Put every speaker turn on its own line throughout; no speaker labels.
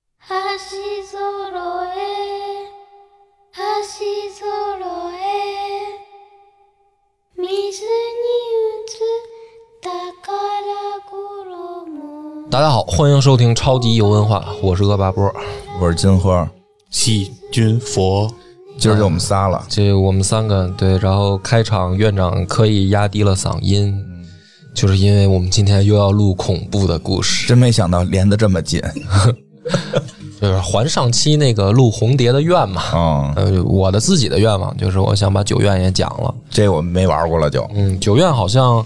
足揃え足揃え水に映った宝も
大家好，欢迎收听超级游文化，我是恶霸波。
我是金花，
细菌佛，
今儿就我们仨了。
这我们三个对，然后开场院长刻意压低了嗓音，就是因为我们今天又要录恐怖的故事，
真没想到连得这么 紧啊、
就是还上期那个录红蝶的愿嘛。
嗯！
呃，我的自己的愿望就是我想把九院也讲了。
这我们没玩过了就
嗯，九院好像，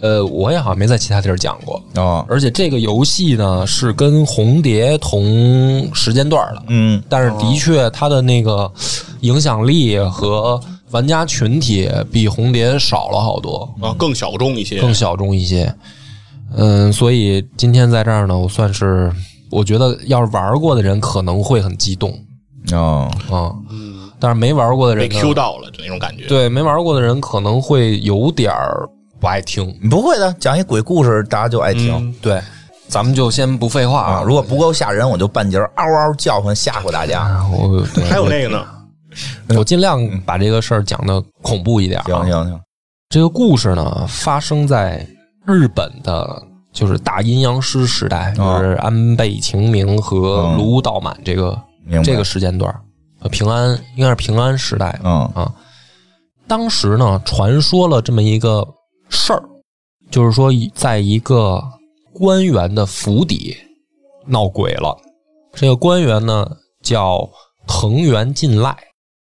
呃，我也好像没在其他地儿讲过。
哦，
而且这个游戏呢是跟红蝶同时间段的，
嗯，
但是的确，它的那个影响力和玩家群体比红蝶少了好多，
啊，更小众一些，
更小众一些。嗯，所以今天在这儿呢，我算是我觉得要是玩过的人可能会很激动
哦，
啊，但是没玩过的
嗯被
人呢
Q 到了就那种感觉。
对没玩过的人可能会有点儿不爱听。
不会的，讲一鬼故事大家就爱听、
嗯
对，咱们就先不废话
啊。如果不够吓人，我就半截儿嗷嗷叫唤吓唬大家。
我对
还有那个呢，
我尽量把这个事儿讲的恐怖一点、啊。
行行行，
这个故事呢，发生在日本的，就是大阴阳师时代，
哦
就是安倍晴明和
嗯
卢道满这个、
明白
这个时间段儿，呃，平安应该是平安时代吧
嗯
啊。当时呢，传说了这么一个事儿，就是说一在一个官员的府邸闹鬼了。这个官员呢叫藤原进赖，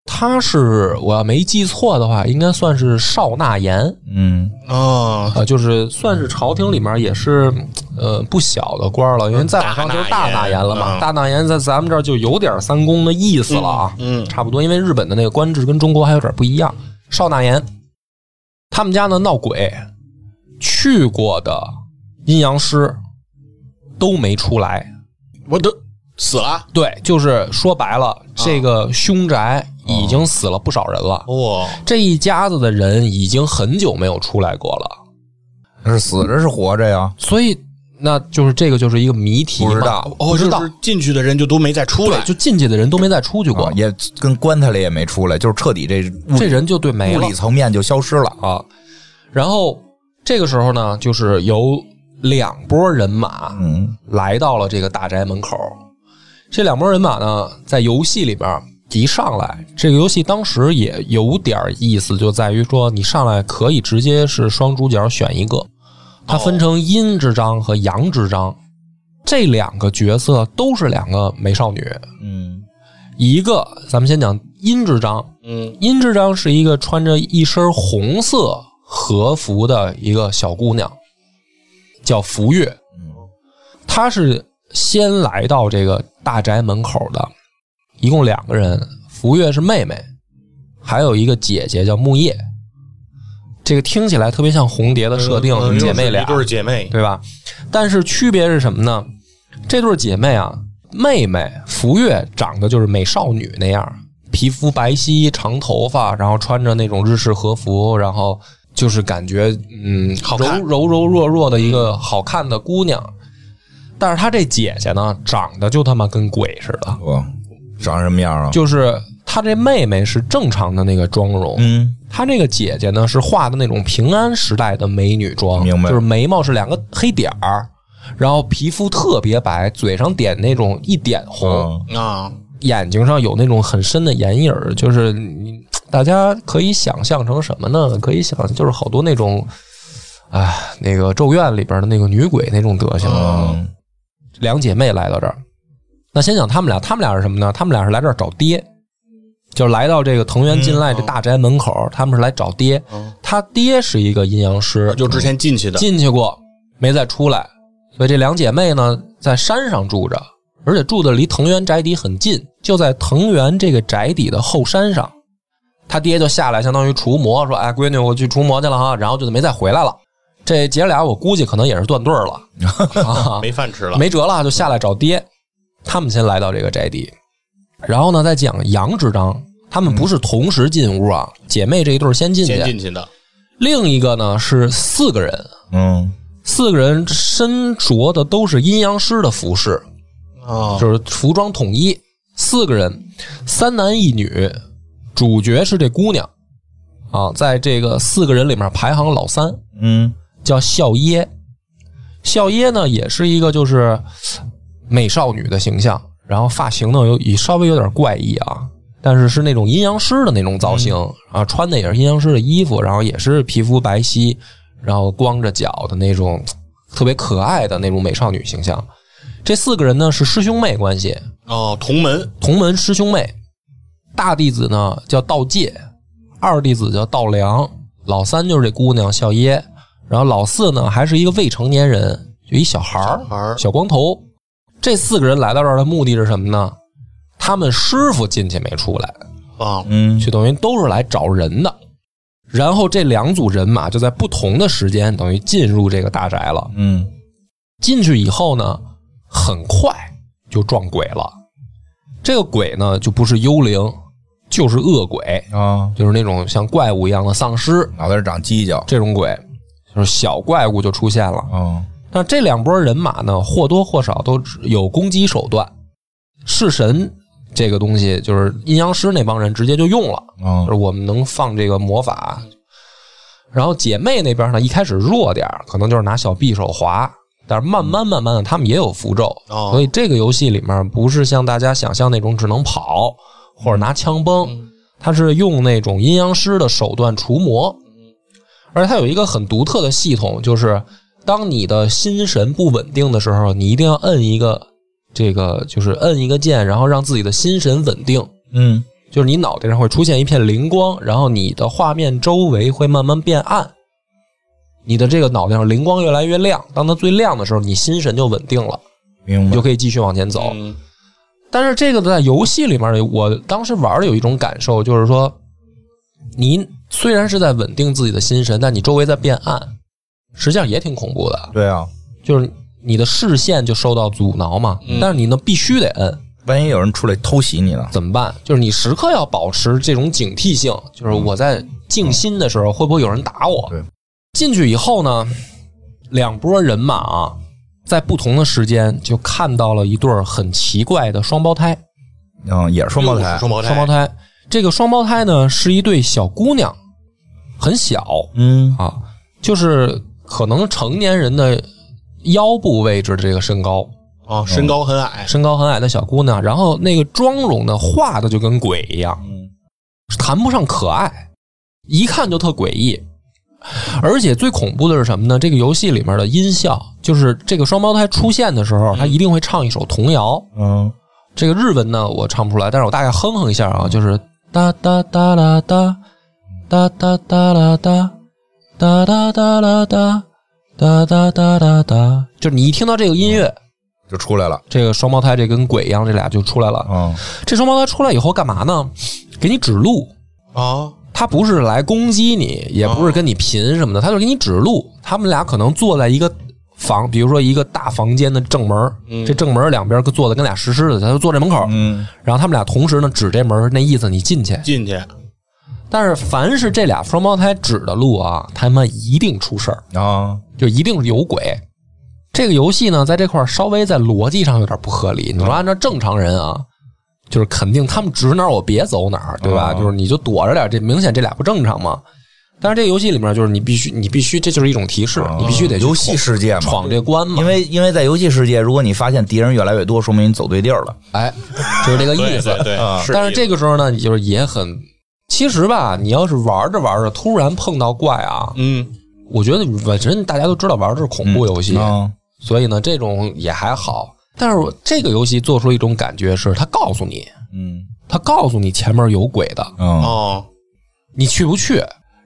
他是我要没记错的话，应该算是少纳言。
嗯
啊，
啊，就是算是朝廷里面也是呃不小的官儿了，因为再往上就是大纳言啊嗯了嘛。大
大
纳言在咱们这儿就有点三公的意思了啊，
嗯嗯
差不多，因为日本的那个官制跟中国还有点不一样。少纳言他们家呢闹鬼，去过的阴阳师都没出来。
我都死了，
对，就是说白了，这个凶宅已经死了不少人了，
哇，
这一家子的人已经很久没有出来过了。
是死着是活着呀？
所以那就是这个就是一个谜题嘛，
不知道
哦，
不知道
就是进去的人就都没再出
对
来，，哦
就进去的人都没再出去过，
啊也跟棺材里也没出来，就是彻底这物
这人就对没
物
了
理层面就消失了。
啊。然后这个时候呢，就是有两拨人马
嗯
来到了这个大宅门口。这两拨人马呢，在游戏里边一上来，这个游戏当时也有点意思，就在于说你上来可以直接是双主角选一个，它分成阴之章和阳之章，这两个角色都是两个美少女。
嗯
一个，咱们先讲殷之章。
嗯，
殷之章是一个穿着一身红色和服的一个小姑娘，叫福月。她是先来到这个大宅门口的，一共两个人。福月是妹妹，还有一个姐姐叫木叶。这个听起来特别像红蝶的设定，
嗯
姐妹俩
又是一对姐妹，
对吧？但是区别是什么呢？这对姐妹啊，妹妹福月长得就是美少女那样，皮肤白皙，长头发，然后穿着那种日式和服，然后就是感觉嗯，
好
柔
看
柔柔弱弱的一个好看的姑娘。但是她这姐姐呢，长得就他妈跟鬼似的，
哇，长什么样啊？
就是她这妹妹是正常的那个妆容，
嗯
她这个姐姐呢是画的那种平安时代的美女妆，
明白
就是眉毛是两个黑点儿，然后皮肤特别白，嘴上点那种一点红，
嗯
啊，
眼睛上有那种很深的眼影儿，就是你大家可以想象成什么呢？可以想就是好多那种，哎，那个《咒怨》里边的那个女鬼那种德行。
嗯
两姐妹来到这儿，那先讲她们俩，她们俩是什么呢？她们俩是来这儿找爹，就是来到这个藤原进赖这大宅门口，她们是来找爹。他爹是一个阴阳师，嗯
嗯就之前进去的，
进去过，没再出来。所以这两姐妹呢，在山上住着，而且住的离藤原宅邸很近，就在藤原这个宅邸的后山上。他爹就下来，相当于除魔，说：“哎，闺女，我去除魔去了哈。”然后就没再回来了。这姐俩，我估计可能也是断对儿了，啊
没饭吃了，
没辙了，就下来找爹。他们先来到这个宅邸，然后呢，再讲杨志章，他们不是同时进屋啊，姐妹这一对儿先进去，
先进去的，
另一个呢是四个人，
嗯
四个人身着的都是阴阳师的服饰，
哦，
就是服装统一，四个人，三男一女，主角是这姑娘啊，在这个四个人里面排行老三，
嗯
叫笑耶。笑耶呢，也是一个就是美少女的形象，然后发型呢有也稍微有点怪异啊，但是是那种阴阳师的那种造型、啊，穿的也是阴阳师的衣服，然后也是皮肤白皙，然后光着脚的那种特别可爱的那种美少女形象。这四个人呢是师兄妹关系，
哦，同门，
同门师兄妹。大弟子呢叫道介，二弟子叫道良，老三就是这姑娘笑耶，然后老四呢还是一个未成年人，就一小孩儿
小孩儿
小光头。这四个人来到这儿的目的是什么呢？他们师傅进去没出来，
啊，
嗯
就等于都是来找人的。然后这两组人马就在不同的时间，等于进入这个大宅了。
嗯
进去以后呢，很快就撞鬼了。这个鬼呢，就不是幽灵，就是恶鬼，
啊，
就是那种像怪物一样的丧尸
脑袋上长犄角
这种鬼，就是小怪物就出现了。
啊，
那这两拨人马呢，或多或少都有攻击手段。弑神这个东西，就是阴阳师那帮人直接就用了，
啊
就是我们能放这个魔法。然后姐妹那边呢，一开始弱点儿，可能就是拿小匕首划，但是慢慢慢慢的，他们也有符咒，
哦
所以这个游戏里面不是像大家想象那种只能跑或者拿枪崩，它是用那种阴阳师的手段除魔，而它有一个很独特的系统，就是当你的心神不稳定的时候，你一定要摁一个这个，就是摁一个键，然后让自己的心神稳定。
嗯
就是你脑袋上会出现一片灵光，然后你的画面周围会慢慢变暗，你的这个脑袋上灵光越来越亮，当它最亮的时候，你心神就稳定了，
明
你
白
就可以继续往前走。
嗯
但是这个在游戏里面，我当时玩儿有一种感受，就是说，你虽然是在稳定自己的心神，但你周围在变暗，实际上也挺恐怖的，
对啊，
就是你的视线就受到阻挠嘛。但是你呢，必须得摁，
万一有人出来偷袭你呢？
怎么办？就是你时刻要保持这种警惕性，就是
嗯
我在静心的时候，会不会有人打我
对？
进去以后呢，两拨人马啊，在不同的时间就看到了一对儿很奇怪的双胞胎。
嗯，也是双胞
又
胎
是，双胞胎，
双胞胎，这个双胞胎呢是一对小姑娘，很小
嗯
啊，就是可能成年人的腰部位置的这个身高，
啊，身高很矮，
身高很矮的小姑娘，然后那个妆容呢画的就跟鬼一样，
嗯
谈不上可爱，一看就特诡异。而且最恐怖的是什么呢？这个游戏里面的音效，就是这个双胞胎出现的时候，他一定会唱一首童谣。
嗯
这个日文呢，我唱不出来，但是我大概哼哼一下啊，就是哒哒哒啦哒，哒哒哒啦哒，哒哒哒啦哒，哒哒哒啦哒，就是你一听到这个音乐，
就出来了，
这个双胞胎这跟鬼一样，这俩就出来了。
嗯
这双胞胎出来以后干嘛呢？给你指路，
啊，
他不是来攻击你，也不是跟你贫什么的，他就给你指路。他们俩可能坐在一个房，比如说一个大房间的正门儿，这正门儿两边坐的跟俩石狮子，他就坐这门口儿。
嗯
然后他们俩同时呢指这门儿，那意思你进去。
进去
但是凡是这俩双胞胎指的路啊，他们一定出事儿，
啊，
就一定有鬼。这个游戏呢，在这块儿稍微在逻辑上有点不合理。你说按照正常人啊，就是肯定他们指哪儿我别走哪儿，对吧？
啊
就是你就躲着点儿，这明显这俩不正常嘛。但是这个游戏里面就是你必须，你必须，这就是一种提示，你必须得去
啊游戏世界嘛，
闯这关嘛
因。为因为在游戏世界，如果你发现敌人越来越多，说明你走对地儿了。
哎，就是这个意思。
对对
啊
对，
但是
这
这个时候呢，你就是也很，其实吧，你要是玩着玩着突然碰到怪啊，
嗯
我觉得本身大家都知道玩的是恐怖游戏，
嗯
所以呢，这种也还好。但是我这个游戏做出一种感觉是，它告诉你，
嗯
它告诉你前面有鬼的，
嗯
哦，
你去不去？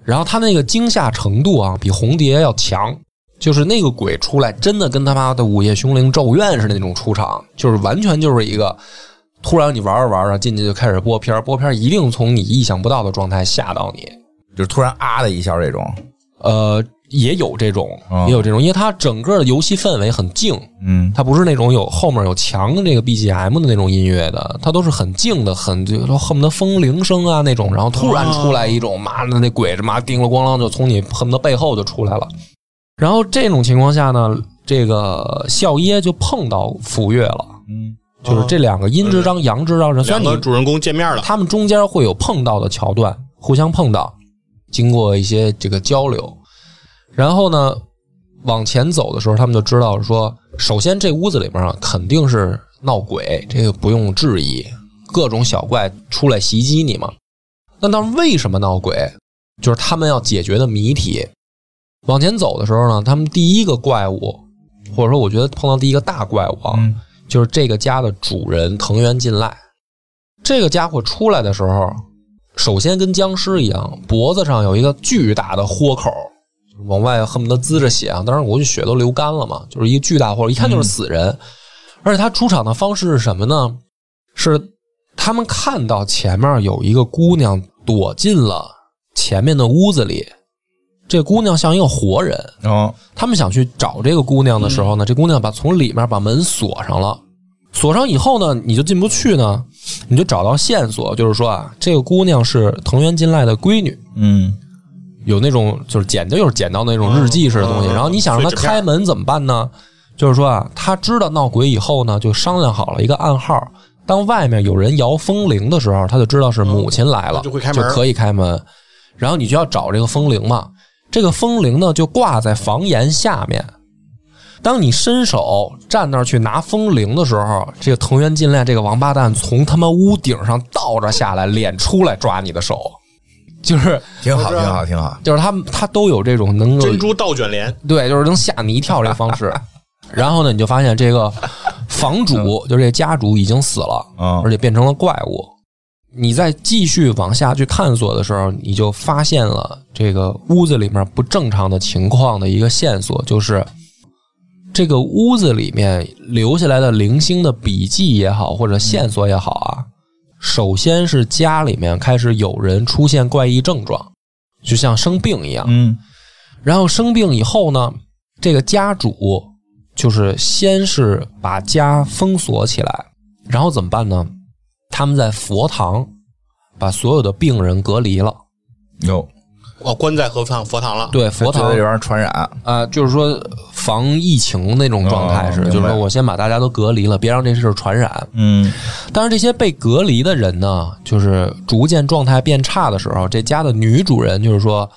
然后它那个惊吓程度啊，比红蝶要强。就是那个鬼出来，真的跟他妈的《午夜凶铃》《咒怨》似的那种出场，就是完全就是一个突然你玩着玩着进去就开始播片儿，播片儿一定从你意想不到的状态吓到你。
就是突然啊的一下这种，
呃，也有这种，
哦
也有这种，因为它整个的游戏氛围很静，
嗯
它不是那种有后面有强的这个 BGM 的那种音乐的，它都是很静的，很就恨不得风铃声啊那种，然后突然出来一种妈的那鬼他妈叮了咣啷就从你恨不得背后就出来了。然后这种情况下呢，这个笑耶就碰到福月了，
嗯
就是这两个阴之章、阳之章上，啊虽
两
然你
个主人公见面了，
他们中间会有碰到的桥段，互相碰到，经过一些这个交流，然后呢，往前走的时候，他们就知道说，首先这屋子里面啊肯定是闹鬼，这个不用质疑，各种小怪出来袭击你嘛。那那为什么闹鬼？就是他们要解决的谜题。往前走的时候呢，他们第一个怪物，或者说我觉得碰到第一个大怪物啊，
嗯
就是这个家的主人藤原进赖。这个家伙出来的时候，首先跟僵尸一样，脖子上有一个巨大的豁口，往外恨不得滋着血啊！当然，我就血都流干了嘛，就是一个巨大豁口，一看就是死人。而且他出场的方式是什么呢？是他们看到前面有一个姑娘躲进了前面的屋子里，这姑娘像一个活人，
哦，
他们想去找这个姑娘的时候呢，这姑娘把从里面把门锁上了，锁上以后呢，你就进不去呢，你就找到线索，就是说啊，这个姑娘是藤原金赖的闺女，
嗯
有那种就是捡的，就是捡到那种日记式的东西，
嗯嗯
然后你想让她
碎纸片
开门怎么办呢？就是说啊，她知道闹鬼以后呢，就商量好了一个暗号。当外面有人摇风铃的时候，她就知道是母亲来了，
嗯就会开门
可以开门。然后你就要找这个风铃嘛，这个风铃呢就挂在房檐下面。当你伸手站那儿去拿风铃的时候，这个藤原进赖这个王八蛋从他妈屋顶上倒着下来，脸出来抓你的手，就是
挺好，
我知
挺
道
好，挺好。
就是他们他都有这种能够
珍珠倒卷帘，
对，就是能吓你一跳这个方式。 然后呢，你就发现这个房主，就是这家主已经死了，
啊
嗯
而且变成了怪物。你再继续往下去探索的时候，你就发现了这个屋子里面不正常的情况的一个线索，就是这个屋子里面留下来的零星的笔记也好，或者线索也好
嗯
啊，首先是家里面开始有人出现怪异症状，就像生病一样。
嗯
然后生病以后呢，这个家主就是先是把家封锁起来，然后怎么办呢？他们在佛堂把所有的病人隔离了。
哟，
哦，关在佛堂佛堂了，
对，佛
觉
堂
得这玩意儿传染，
啊，就是说防疫情那种状态是，
哦
就是
明白
说我先把大家都隔离了，别让这事儿传染。
嗯
但是这些被隔离的人呢，就是逐渐状态变差的时候，这家的女主人就是说，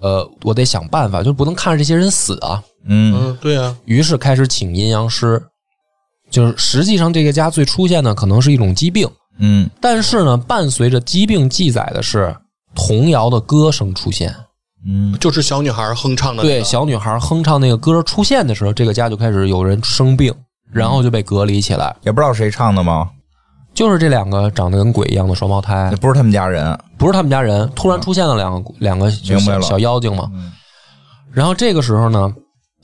呃，我得想办法，就不能看着这些人死啊。
嗯
嗯，对啊，
于是开始请阴阳师。就是实际上这个家最出现的可能是一种疾病，
嗯，
但是呢，伴随着疾病记载的是童谣的歌声出现。
嗯
就是小女孩哼唱的那个，
对，小女孩哼唱那个歌出现的时候，这个家就开始有人生病，然后就被隔离起来。
也不知道谁唱的吗？
就是这两个长得跟鬼一样的双胞胎
那，不是他们家人，
不是他们家人，突然出现了两个两个小
明白了
小妖精嘛。
嗯
然后这个时候呢，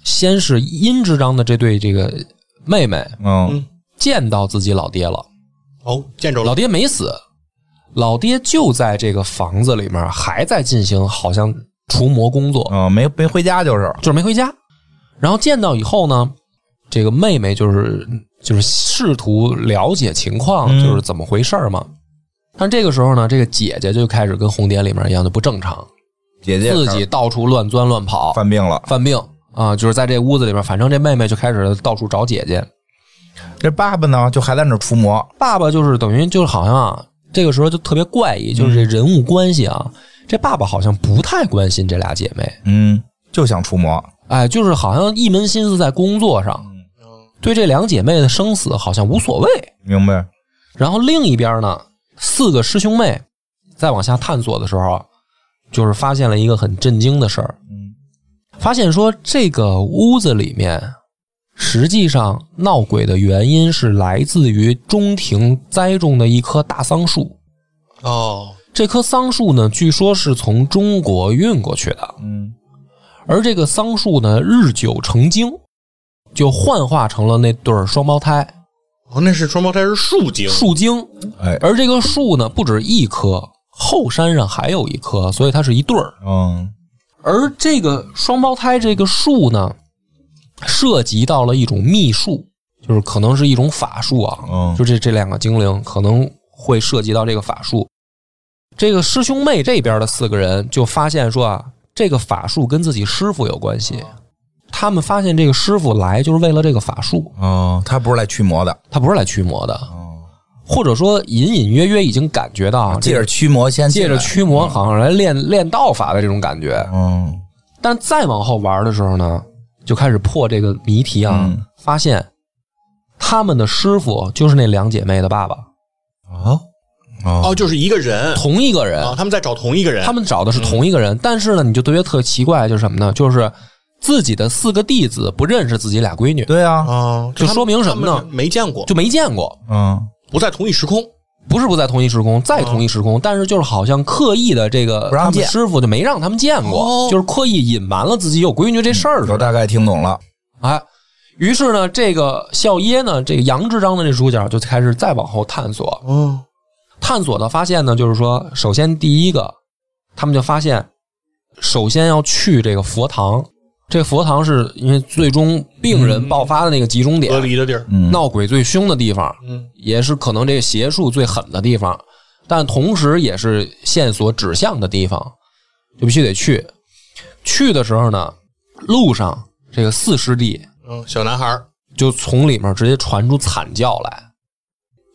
先是殷之章的这对这个妹妹
嗯
见到自己老爹了。
哦，见着
老
了，
爹没死，老爹就在这个房子里面，还在进行好像除魔工作，
嗯，没没回家就是，
就是没回家。然后见到以后呢，这个妹妹就是就是试图了解情况，
嗯
就是怎么回事儿嘛。但这个时候呢，这个姐姐就开始跟红蝶里面一样，就不正常，
姐姐
自己到处乱钻乱跑，
犯病了。
犯病啊，就是在这屋子里面，反正这妹妹就开始到处找姐姐。
这爸爸呢，就还在那儿除魔，
爸爸就是等于就是好像啊，这个时候就特别怪异，就是这人物关系啊，这爸爸好像不太关心这俩姐妹，
嗯，就想除魔，
哎，就是好像一门心思在工作上，对这两姐妹的生死好像无所谓。
明白？
然后另一边呢，四个师兄妹再往下探索的时候啊，就是发现了一个很震惊的事儿，
嗯
发现说这个屋子里面实际上闹鬼的原因是来自于中庭栽种的一棵大桑树。
哦，
这棵桑树呢，据说是从中国运过去的，
嗯，
而这个桑树呢，日久成精，就幻化成了那对儿双胞胎
哦，那是双胞胎是树精，
树精。
哎，
而这个树呢，不止一棵，后山上还有一棵，所以它是一对儿。
嗯
而这个双胞胎这个树呢，涉及到了一种秘术，就是可能是一种法术啊。
嗯
就这这两个精灵可能会涉及到这个法术。这个师兄
嗯
妹这边的四个人就发现说啊，这个法术跟自己师傅有关系。他们发现这个师傅来就是为了这个法术，
哦，他不是来驱魔的，
他不是来驱魔的，
嗯
或者说隐隐约约已经感觉到啊
借
这
着
个
驱魔先进
借
来
着，驱魔好像来练练道法的这种感觉。
嗯，
但再往后玩的时候呢，就开始破这个谜题啊，
嗯
发现他们的师傅就是那两姐妹的爸爸，
啊，哦
哦，，就是一个人
同一个人，
啊，他们在找同一个人，
他们找的是同一个
嗯
人，但是呢，你就觉得特奇怪，就是什么呢？就是自己的四个弟子不认识自己俩闺女，
对啊，
啊，
就说明什么呢
他们没见过，
就没见过，
嗯，
不在同一时空。
不是不在同一时空，在同一时空，但是就是好像刻意的这个
哦不让
他们
见
师傅就没让他们见过，
哦
就是刻意隐瞒了自己有闺女这事儿似
我
的。
大概听懂了，
哎，于是呢，这个孝耶呢，这个杨志章的这主角就开始再往后探索，
哦，
探索的发现呢，就是说，首先第一个，他们就发现，首先要去这个佛堂。这个佛堂是因为最终病人爆发的那个集中点，
隔离的地儿，
嗯，
闹鬼最凶的地方，
嗯，
也是可能这个邪术最狠的地方，但同时也是线索指向的地方，就必须得去。去的时候呢，路上这个四师弟
嗯，小男孩儿
就从里面直接传出惨叫来，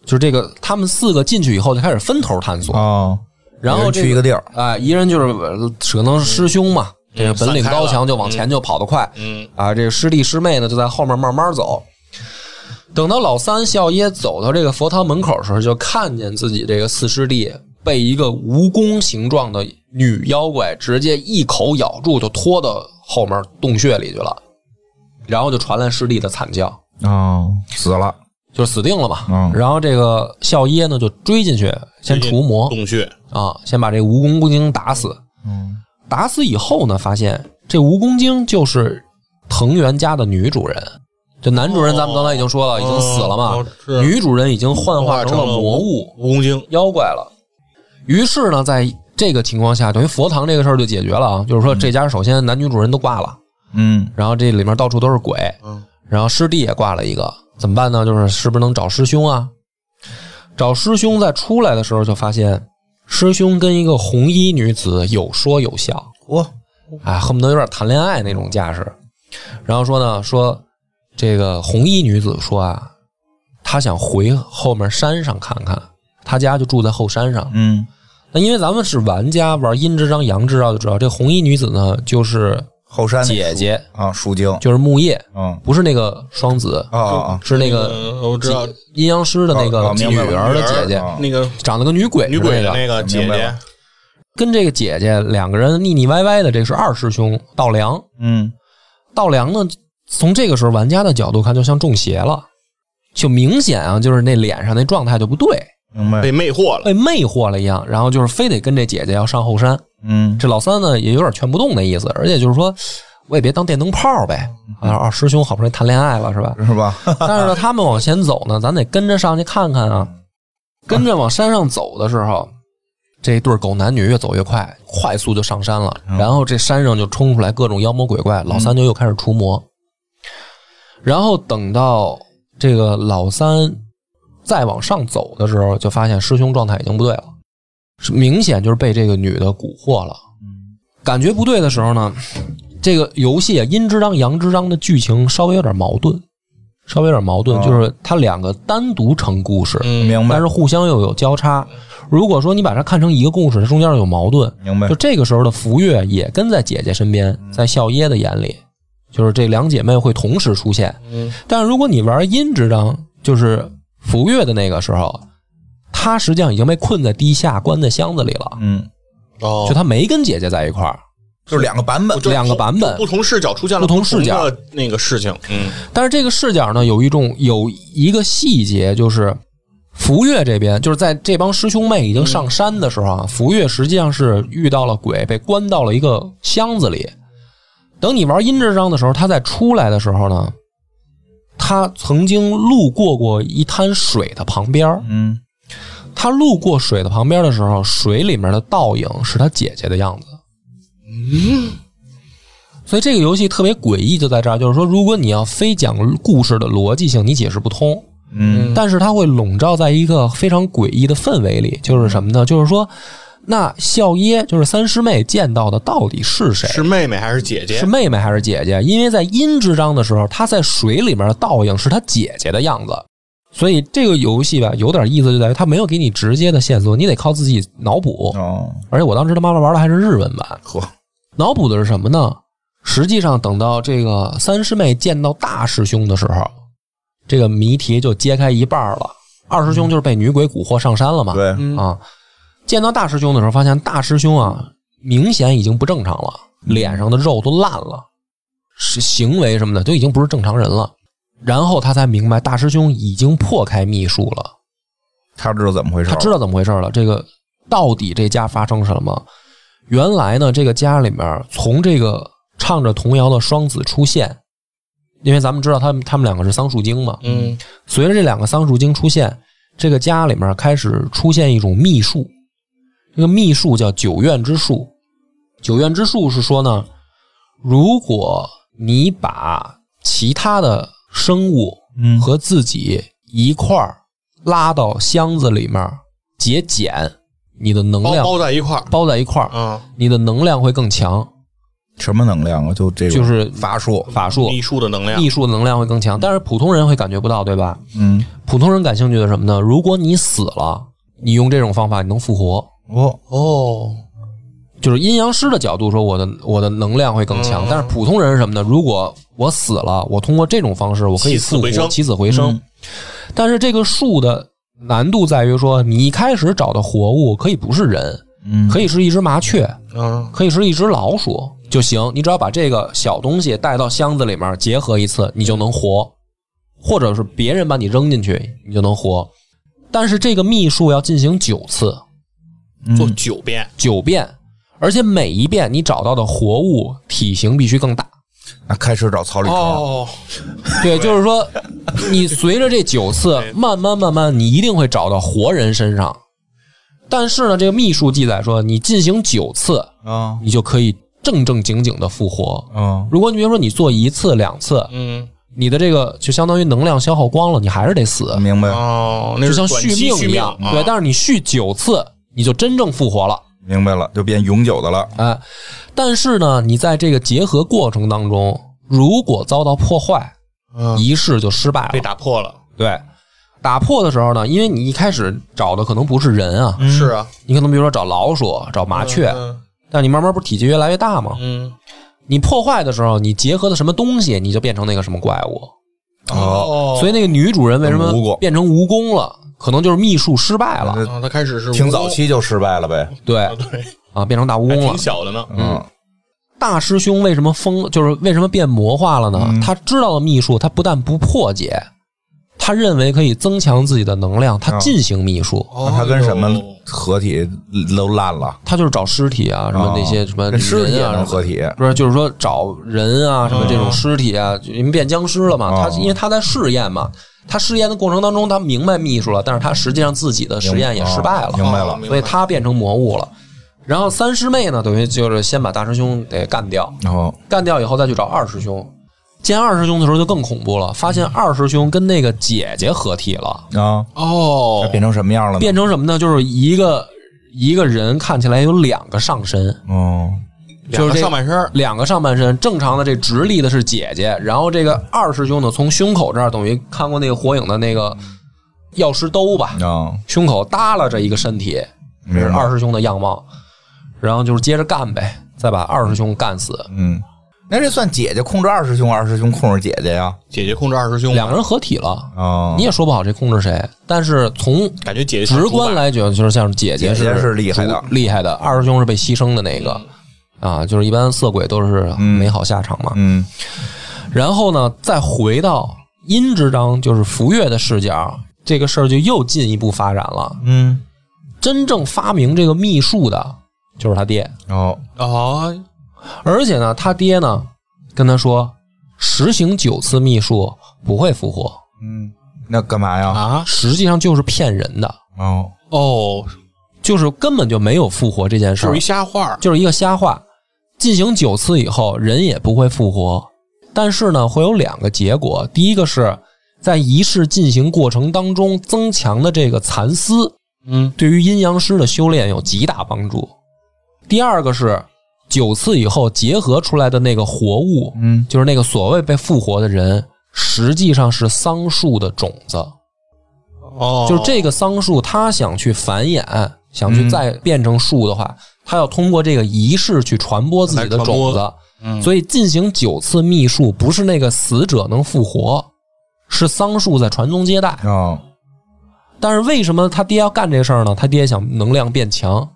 就这个他们四个进去以后就开始分头探索，
哦，
然
有
后
人
这
去一个地嗯儿，
啊、一人就是呃可能师兄嘛，这个本领高强，就往前就跑得快、
嗯，
啊。这个师弟师妹呢，就在后面慢慢走。等到老三孝耶走到这个佛堂门口的时候，就看见自己这个四师弟被一个蜈蚣形状的女妖怪直接一口咬住，就拖到后面洞穴里去了，然后就传来师弟的惨叫，
哦，死了，
就是死定了嘛。
嗯
然后这个孝耶呢就追进去，先除魔
洞穴，
啊，先把这蜈蚣精打死。
嗯，
打死以后呢，发现这蜈蚣精就是藤原家的女主人。这男主人咱们刚才已经说了，已经死了嘛，
哦是
女主人已经幻化成
成
了
了
魔物
蜈蚣精，
妖怪了。于是呢，在这个情况下，等于佛堂这个事儿就解决了啊，就是说这家首先男女主人都挂了，
嗯，
然后这里面到处都是鬼，
嗯，
然后师弟也挂了一个，怎么办呢？就是是不是能找师兄啊？找师兄在出来的时候就发现，师兄跟一个红衣女子有说有笑，
嚯，
哎，恨不得有点谈恋爱那种架势。然后说呢，说这个红衣女子说啊，她想回后面山上看看，她家就住在后山上。
嗯，
那因为咱们是玩家，玩阴之章、阳之道就知道，这红衣女子呢就是
后山那
姐姐，
树啊，树精，
就是木叶，
嗯，
不是那个双子，
啊啊，
是那个
嗯我知道
阴阳师的那
哦
个
哦
女
明白了
儿的姐姐，
啊
那个
长得跟女鬼
女
似
鬼
的
的那个姐
明白
姐
了，
跟这个姐姐两个人腻腻歪歪的，这是二师兄道良。
嗯，
道良呢，从这个时候玩家的角度看，就像中邪了，就明显啊，就是那脸上那状态就不对，
明白
被，魅惑了，
被魅惑了一样，然后就是非得跟这姐姐要上后山。
嗯，
这老三呢，也有点劝不动的意思，而且就是说，我也别当电灯泡呗。
嗯
啊，二师兄好不容易谈恋爱了是吧？
是吧？
但是呢，他们往前走呢，咱得跟着上去看看啊。跟着往山上走的时候，这一对狗男女越走越快，快速就上山了。然后这山上就冲出来各种妖魔鬼怪，老三就又开始除魔。然后等到这个老三再往上走的时候，就发现师兄状态已经不对了，是明显就是被这个女的蛊惑了。感觉不对的时候呢，这个游戏啊阴之章阳之章的剧情稍微有点矛盾，稍微有点矛盾，
啊
就是它两个单独成故事，
嗯，
明
但
白
是，互相又有交叉。如果说你把它看成一个故事，它中间有矛盾，
明白
就，这个时候的福月也跟在姐姐身边，
嗯
在孝耶的眼里，就是这两姐妹会同时出现。
嗯
但如果你玩阴之章，就是福月的那个时候，她实际上已经被困在地下，关在箱子里了，
嗯，
哦
就她没跟姐姐在一块儿。
就是两个版本，
就
两个版本
不同视角出现
不
了
同视角
不同的那个事情，嗯，
但是这个视角呢，有一种有一个细节，就是福月这边，就是在这帮师兄妹已经上山的时候啊，福月实际上是遇到了鬼，被关到了一个箱子里。等你玩阴之章的时候，他在出来的时候呢，他曾经路过过一滩水的旁边儿
嗯，
他路过水的旁边的时候，水里面的倒影是他姐姐的样子。嗯，所以这个游戏特别诡异，就在这儿，就是说，如果你要非讲故事的逻辑性，你解释不通。
嗯，
但是它会笼罩在一个非常诡异的氛围里，就是什么呢？就是说，那孝耶就是三师妹见到的到底是谁？
是妹妹还是姐姐？
是妹妹还是姐姐？因为在殷之章的时候，她在水里面的倒影是她姐姐的样子，所以这个游戏吧，有点意思就在于它没有给你直接的线索，你得靠自己脑补。
哦，
而且我当时他妈妈玩的还是日文版，
嚯，
脑补的是什么呢？实际上，等到这个三师妹见到大师兄的时候，这个谜题就揭开一半了。二师兄就是被女鬼蛊惑上山了嘛，
对，
嗯
啊，见到大师兄的时候，发现大师兄啊，明显已经不正常了，脸上的肉都烂了，是行为什么的都已经不是正常人了。然后他才明白，大师兄已经破开秘术了，
他知道怎么回事，
他知
道，
道怎么回事了。这个到底这家发生什么？原来呢，这个家里面从这个唱着童谣的双子出现，因为咱们知道他们他们两个是桑树精嘛。
嗯，
随着这两个桑树精出现，这个家里面开始出现一种秘术，这个秘术叫九院之术。九院之术是说呢，如果你把其他的生物
嗯
和自己一块儿拉到箱子里面节俭，你的能
包
量
包在一块儿。
包在一块儿，
嗯，
你的能量会更强，
什么能量啊？就这个，
就是
法术，
法术、
秘术的能量
秘，术的能量会更强，但是普通人会感觉不到，对吧？
嗯，
普通人感兴趣的是什么呢？如果你死了，你用这种方法你能复活，
哦，
哦，
就是阴阳师的角度说，我的我的能量会更强。
嗯
但是普通人是什么呢？如果我死了，我通过这种方式我可以
起死
复活，
回生嗯
起死回生。但是这个术的难度在于说，你一开始找的活物可以不是人，
嗯，
可以是一只麻雀，
嗯，
可以是一只老鼠就行。你只要把这个小东西带到箱子里面结合一次，你就能活，或者是别人把你扔进去，你就能活。但是这个秘术要进行九次，嗯
做九遍，
九遍，而且每一遍你找到的活物体型必须更大。
那开始找
嗯
草履虫，
哦，
对，就是说，你随着这九次，慢慢慢慢，你一定会找到活人身上。但是呢，这个秘术记载说，你进行九次，
啊，
你就可以正正经经的复活。
嗯，
如果你比如说你做一次两次，
嗯，
你的这个就相当于能量消耗光了，你还是得死，
明白，
哦，那
就是像
短
续
期续
命一样。
命
对，
啊
但是你续九次，你就真正复活了。
明白了，就变永久的了，
哎，但是呢，你在这个结合过程当中，如果遭到破坏，
嗯
仪式就失败了。
被打破了，
对，打破的时候呢，因为你一开始找的可能不是人啊，
嗯
是啊，
你可能比如说找老鼠、找麻雀，
嗯
但你慢慢不是体积越来越大吗？
嗯，
你破坏的时候，你结合的什么东西，你就变成那个什么怪物。
哦，
所以那个女主人为什么
蜈蚣
变成蜈蚣了？可能就是秘术失败了，
啊，他开始是
挺
蜈蚣
早，期就失败了呗，
对
啊对，
啊，变成大蜈
还
蚣了
挺。小的呢，
哦
嗯，
大师兄为什么疯？就是为什么变魔化了呢？他知道了秘术，他不但不破解，他认为可以增强自己的能量，他进行秘术，
那他跟什么
哎呦
合体都烂了，
他就是找尸体啊，什么那些什么
哦跟尸体也
人啊
能，合体，
不是就是说找人啊，什么这种尸体啊，就因为变僵尸了嘛。
哦
他因为他在试验嘛，他试验的过程当中，他明白秘术了，但是他实际上自己的实验也失败了，
明白了
哦明白
所以他变成魔物了。然后三师妹呢，等于就是先把大师兄得干掉，
然后
干掉以后再去找二师兄。见二师兄的时候就更恐怖了，发现二师兄跟那个姐姐合体了，
啊，
哦
那，变成什么样了呢？
变成什么呢？就是一个一个人看起来有两个上身，
哦，
就是
两个
这
上半身儿，
两个上半身。正常的这直立的是姐姐，然后这个二师兄呢，从胸口这儿等于看过那个火影的那个药师兜吧，
啊，
胸口耷拉着一个身体，这
明
是
白
二师兄的样貌。然后就是接着干呗，再把二师兄干死，
嗯，那这算姐姐控制二师兄，二师兄控制姐姐呀？
姐姐控制二师兄，
两个人合体了。
啊，
你也说不好这控制谁，但是从
感觉姐姐像
直
主
观
板，
来讲，就是像姐姐
嗯姐姐
是
是厉害的
主厉害的二师兄是被牺牲的那个啊，就是一般色鬼都是没好下场嘛。
嗯，
然后呢，再回到殷之章，就是福越的视角，这个事儿就又进一步发展了。
嗯，
真正发明这个秘术的就是他爹，
哦，
哦，
而且呢，他爹呢跟他说，实行九次秘术不会复活，
嗯，那干嘛呀？
啊
实际上就是骗人的，
哦，
哦，
就是根本就没有复活这件事
就
儿
是一。瞎话儿，
就是一个瞎话。进行九次以后，人也不会复活，但是呢，会有两个结果。第一个是在仪式进行过程当中增强的这个蚕丝
嗯
对于阴阳师的修炼有极大帮助。第二个是九次以后结合出来的那个活物，
嗯，
就是那个所谓被复活的人，实际上是桑树的种子。
哦，
就是这个桑树，它想去繁衍，想
嗯
去再变成树的话，它要通过这个仪式去传播自己的
来传
种
播
子。
嗯
所以进行九次秘术，不是那个死者能复活，是桑树在传宗接代。
哦，
但是为什么他爹要干这事儿呢？他爹想能量变强，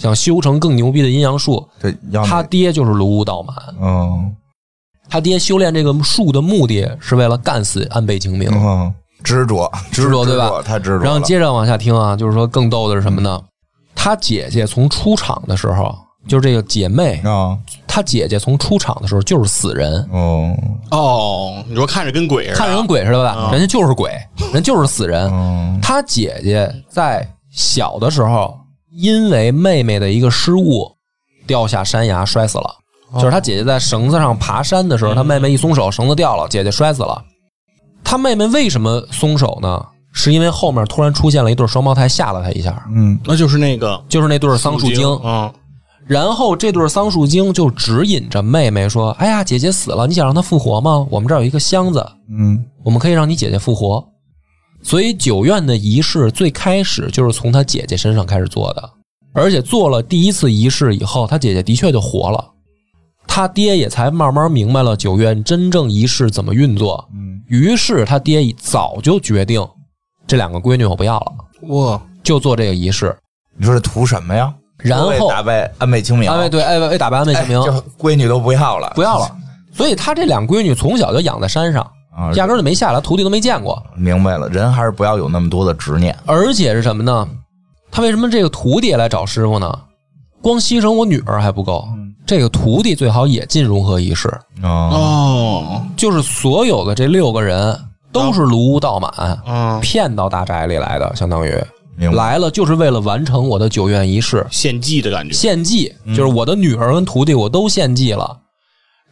想修成更牛逼的阴阳术。
对，要
他
么，
爹就是卢武道满，
嗯
他爹修炼这个术的目的是为了干死安倍晴明。
嗯，执着，
执着对吧？
太执着了。嗯
然后接着往下听啊，就是说更逗的是什么呢？他姐姐从出场的时候，就是这个姐妹，
啊，
她姐姐从出场的时候就是死人，
哦，
哦，你说看着跟鬼似的，
看人鬼似的吧？人家就是鬼，人就是死人。
嗯，
她姐姐在小的时候，因为妹妹的一个失误，掉下山崖摔死了。就
哦
是她姐姐在绳子上爬山的时
嗯
候，她妹妹一松手，绳子掉了，姐姐摔死了。她妹妹为什么松手呢？是因为后面突然出现了一对双胞胎，吓了她一下。
嗯，
那就是那个
就是那对桑树精。
嗯，
然后这对桑树精就指引着妹妹说：“哎呀，姐姐死了，你想让她复活吗？我们这儿有一个箱子，
嗯，
我们可以让你姐姐复活。”所以九院的仪式最开始就是从她姐姐身上开始做的，而且做了第一次仪式以后，她姐姐的确就活了。她爹也才慢慢明白了九院真正仪式怎么运作，
嗯，
于是她爹早就决定，这两个闺女我不要了，
哇，
就做这个仪式。
你说这图什么呀？
然
都为
后
打败安倍晴明，
安慰对，哎哎，打败安慰
哎
秦明，
这闺女都不要了，
不要了。所以他这两闺女从小就养在山上，
啊，
压根儿就没下来，徒弟都没见过。
明白了，人还是不要有那么多的执念。
而且是什么呢？他为什么这个徒弟也来找师傅呢？光牺牲我女儿还不够，
嗯
这个徒弟最好也进融合仪式，
哦，
哦，
就是所有的这六个人都是卢屋道满
嗯，
骗到大宅里来的，相当于
明白。
来了就是为了完成我的九院仪式。
献祭的感觉，
献祭，就是我的女儿跟徒弟我都献祭了。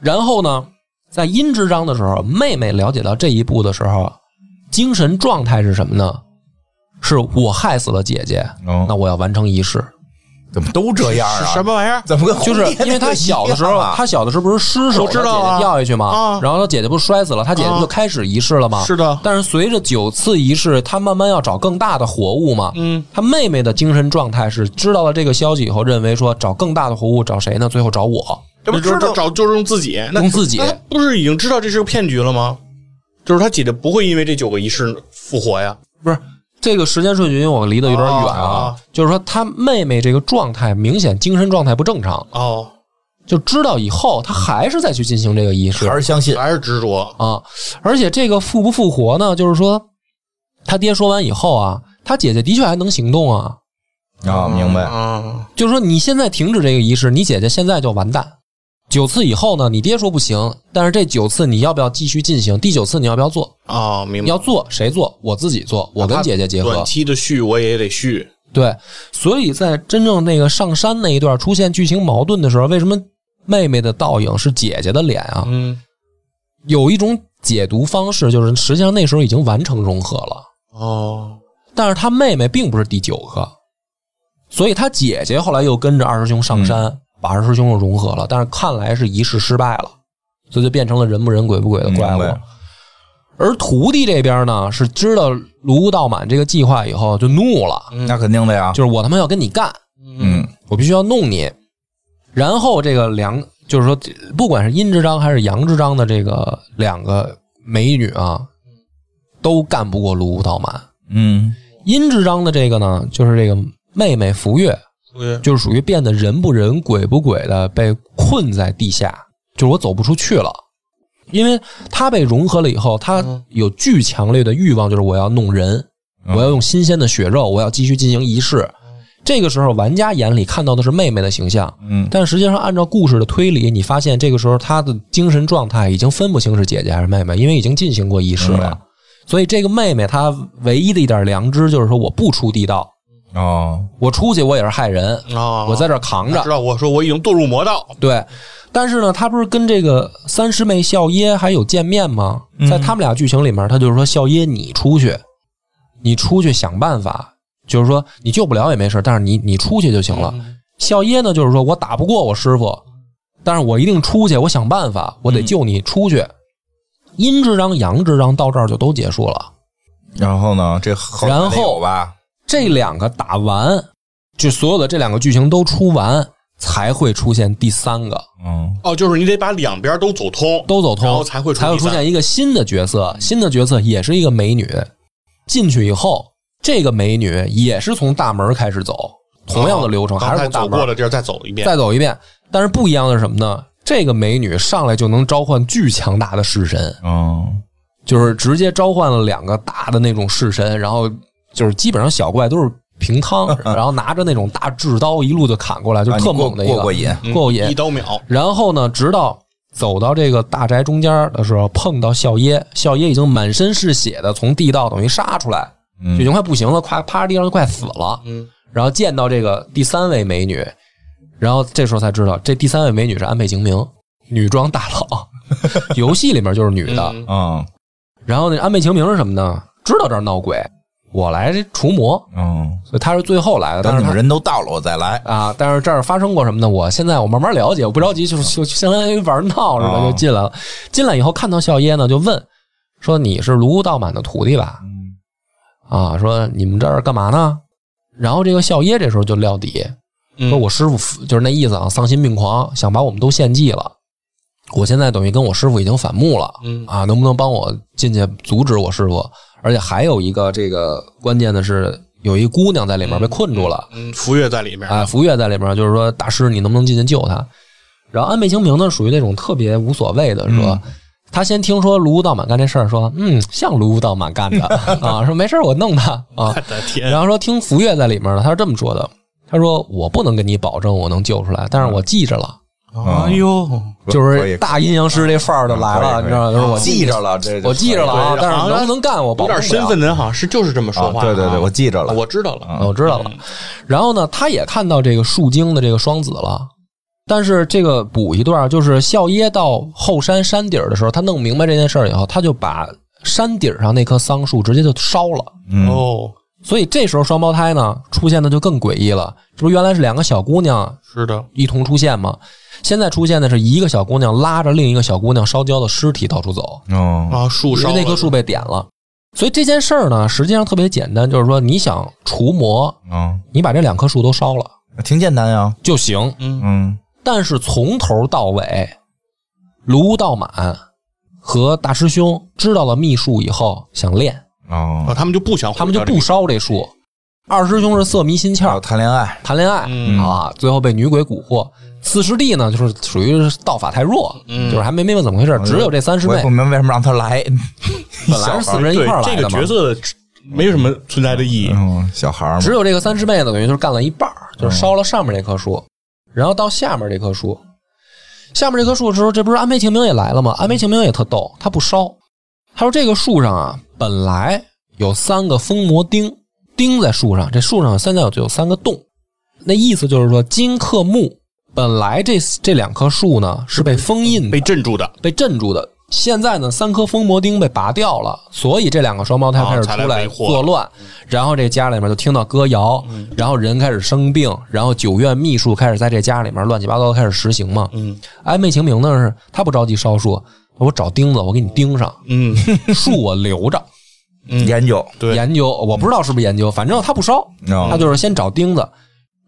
然后呢，在殷之章的时候，妹妹了解到这一步的时候，精神状态是什么呢？是我害死了姐姐，
哦
那我要完成仪式。
怎么都这样啊？
是什么玩意儿？
怎么跟 红
就是
叶那
因为他
个
小的时
一
候
样啊，
他小的时候不是失手
我知道
她姐姐
啊
掉下去嘛
啊，
然后他姐姐不是摔死了，他姐姐不就
啊
开始仪式了吗？
是的，
但是随着九次仪式，他慢慢要找更大的活物嘛。
嗯，
他妹妹的精神状态是知道了这个消息以后，认为说找更大的活物找谁呢？最后找我，
这不知
就是
道
找就是用自己，那
用自己
那他不是已经知道这是个骗局了吗？就是他姐姐不会因为这九个仪式复活呀。
不是。这个时间顺序，因为我离得有点远啊
哦，
就是说他妹妹这个状态明显精神状态不正常，
哦，
就知道以后他还是再去进行这个仪式
还是相信
还是执着。
啊。而且这个复不复活呢，就是说他爹说完以后啊，他姐姐的确还能行动啊，
啊？明白。
啊，
就是说你现在停止这个仪式，你姐姐现在就完蛋。九次以后呢，你爹说不行，但是这九次你要不要继续进行？第九次你要不要做？
哦，明白。
你要做谁做？我自己做，我跟姐姐结合
短。期的续我也得续。
对，所以在真正那个上山那一段出现剧情矛盾的时候，为什么妹妹的倒影是姐姐的脸啊？
嗯，
有一种解读方式就是，实际上那时候已经完成融合了，
哦，
但是她妹妹并不是第九个，所以她姐姐后来又跟着二师兄上山，
嗯
把二师兄又融合了，但是看来是仪式失败了，所以就变成了人不人鬼不鬼的怪
明
物
白。
而徒弟这边呢，是知道卢道满这个计划以后就怒了，
那肯定的呀。
就是我他妈要跟你干，
嗯，
我必须要弄你。然后这个梁，就是说，不管是殷之章还是杨之章的这个两个美女啊，都干不过卢武道满。
嗯，
殷之章的这个呢，就是这个妹妹福月，
对，
就是属于变得人不人鬼不鬼的，被困在地下，就是我走不出去了。因为她被融合了以后，她有巨强烈的欲望，就是我要弄人，
嗯
我要用新鲜的血肉，我要继续进行仪式。这个时候，玩家眼里看到的是妹妹的形象，
嗯
但实际上按照故事的推理，你发现这个时候她的精神状态已经分不清是姐姐还是妹妹，因为已经进行过仪式
明
了
白。
所以这个妹妹她唯一的一点良知就是说，我不出地道，
哦，
我出去我也是害人，
啊，
我在这儿扛着
知。道，我说我已经堕入魔道。
对，但是呢，她不是跟这个三师妹笑耶还有见面吗？在他们俩剧情里面，她就是说笑耶，你出去，你出去想办法就是说你救不了也没事，但是你你出去就行了。孝耶呢，就是说我打不过我师傅，但是我一定出去，我想办法，我得救你出去。阴之章、阳之章到这儿就都结束了。
然后呢，这后
然后
得有吧，
这两个打完，就所有的这两个剧情都出完，才会出现第三个，
嗯，
哦，就是你得把两边都走通，
都走通，
然后才会出
才会
第
出
三
现一个新的角色，新的角色也是一个美女。进去以后，这个美女也是从大门开始走，同样的流程，
啊哦刚
还是
才
从大
走
门
过的地儿再走一遍。
再走一遍。但是不一样的是什么呢？这个美女上来就能召唤巨强大的式神，
嗯，
就是直接召唤了两个大的那种式神，然后就是基本上小怪都是平汤， 然后拿着那种大制刀一路就砍过来，就
啊你
特
过
猛的一个，
过过瘾
嗯
过瘾
一。刀秒，
然后呢，直到走到这个大宅中间的时候，碰到孝耶，孝耶已经满身是血的从地道等于杀出来，
嗯
就已经快不行了，快趴地上就快死了。
嗯，
然后见到这个第三位美女，然后这时候才知道这第三位美女是安倍晴明，女装大 佬，游戏里面就是女的。
嗯
嗯
然后那安倍晴明是什么呢？知道这儿闹鬼，我来除魔，
嗯，
所以她是最后来的。但
等
是
你们
她
人都到了，我再来。
啊，但是这儿发生过什么呢？我现在我慢慢了解，我不着急，就就就相当于玩闹似的
哦
就进来了。进来以后看到孝耶呢，就问说：“你是卢道满的徒弟吧？”
嗯
啊，说你们这儿干嘛呢？然后这个孝耶这时候就撂底，
嗯
说我师傅就是那意思啊，丧心病狂，想把我们都献祭了。我现在等于跟我师傅已经反目了，
嗯
啊，能不能帮我进去阻止我师傅？而且还有一个这个关键的是，有一姑娘在里面被困住了，
嗯，福月在里面，
啊，福月在里面，就是说大师，你能不能进去救她？然后安倍晴明呢，属于那种特别无所谓的，说、他先听说卢武道满干这事儿，说嗯，像卢武道满干的啊，说没事儿我弄他啊
我。的天，
然后说听福月在里面呢，他是这么说的，他说我不能跟你保证我能救出来，但是我记着了，啊
哎呦，
就
可以
是大阴阳师这范儿就来
可以
了，你
可以
知道吗？就是我
记着了，这
我记着了啊，
对
但
好
是
像
能不能干我保
有
证
点
不
身
了
份的好像是就是这么说
啊，
话，
对对对，我记着了，
我知道了，
我知道
嗯
了。然后呢，他也看到这个树精的这个双子了。但是这个补一段，就是孝耶到后山山顶儿的时候，他弄明白这件事儿以后，他就把山顶上那棵桑树直接就烧了。
嗯
哦，
所以这时候双胞胎呢出现的就更诡异了。这不原来是两个小姑娘
是的，
一同出现吗？现在出现的是一个小姑娘拉着另一个小姑娘烧焦的尸体到处走。
哦
啊，树
嗯因
烧
为
了
那棵树被点了。所以这件事儿呢，实际上特别简单，就是说你想除魔，
嗯，
你把这两棵树都烧了
挺简单呀，
就行。
嗯，
嗯
但是从头到尾，卢道满和大师兄知道了秘术以后想练，
啊，
哦，
他们就不想毁
他们就
掉这
不烧这树。二师兄是色迷心窍，
谈恋爱，
谈恋爱、
嗯
啊，最后被女鬼蛊惑。四师弟呢，就是属于道法太弱，
嗯
就是还没明白怎么回事。只有这三师
啊我也
妹
不，明白为什么让他来，
本来是四个人一块儿
对
来
这
的
个
嘛。
角色没有什么存在的意义，
嗯，小孩儿嘛
只，有这个三师妹呢，等于就是干了一半儿，就是烧了上面这棵树，然后到下面这棵树。下面这棵树的时候，这不是安倍晴明也来了吗？安倍晴明也特逗，他不烧，他说这个树上啊，本来有三个封魔钉钉在树上，这树上现在有有三个洞，那意思就是说金克木本来这这两棵树呢是被封印的
被镇住的，
被镇住的。现在呢，三颗封魔钉被拔掉了，所以这两个双胞胎开始
哦才来嗯
出来
维护
作乱，然后这家里面就听到歌谣，
嗯
然后人开始生病，然后九院秘术开始在这家里面乱七八糟地开始实行嘛。
嗯
安倍晴明呢是他不着急烧树，我找钉子，我给你钉上，
嗯，
树我留着
嗯
研究，
对哦
研究，我不知道是不是研究，反正他不烧，他
嗯
就是先找钉子，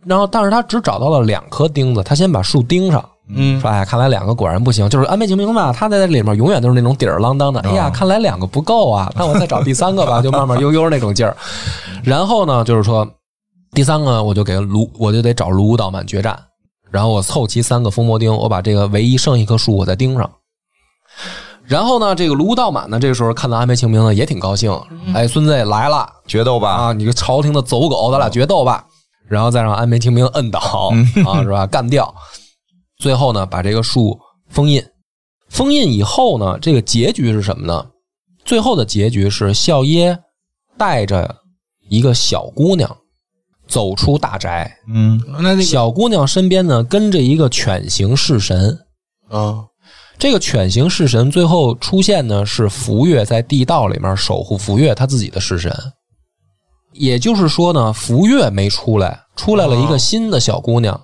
然后但是他只找到了两颗钉子，他先把树钉上，
嗯
说哎，看来两个果然不行，就是安倍晴明吧，他在这里面永远都是那种底儿啷当的。哎呀，看来两个不够啊，那我再找第三个吧，就慢慢悠悠那种劲儿。然后呢，就是说第三个我就给卢，我就得找卢武道满决战，然后我凑齐三个封魔钉，我把这个唯一剩一棵树我再钉上。然后呢，这个卢武道满呢，这个时候看到安倍晴明呢，也挺高兴，哎，孙子也来了，
决斗吧，
啊，你个朝廷的走狗，
嗯
咱俩决斗吧，然后再让安倍晴明摁倒啊，是 吧？干掉，最后呢，把这个树封印。封印以后呢，这个结局是什么呢？最后的结局是孝耶带着一个小姑娘走出大宅，
嗯
那那个
小姑娘身边呢跟着一个犬形式神。
啊，
这个犬形式神最后出现呢，是福月在地道里面守护福月他自己的式神。也就是说呢，福月没出来，出来了一个新的小姑娘。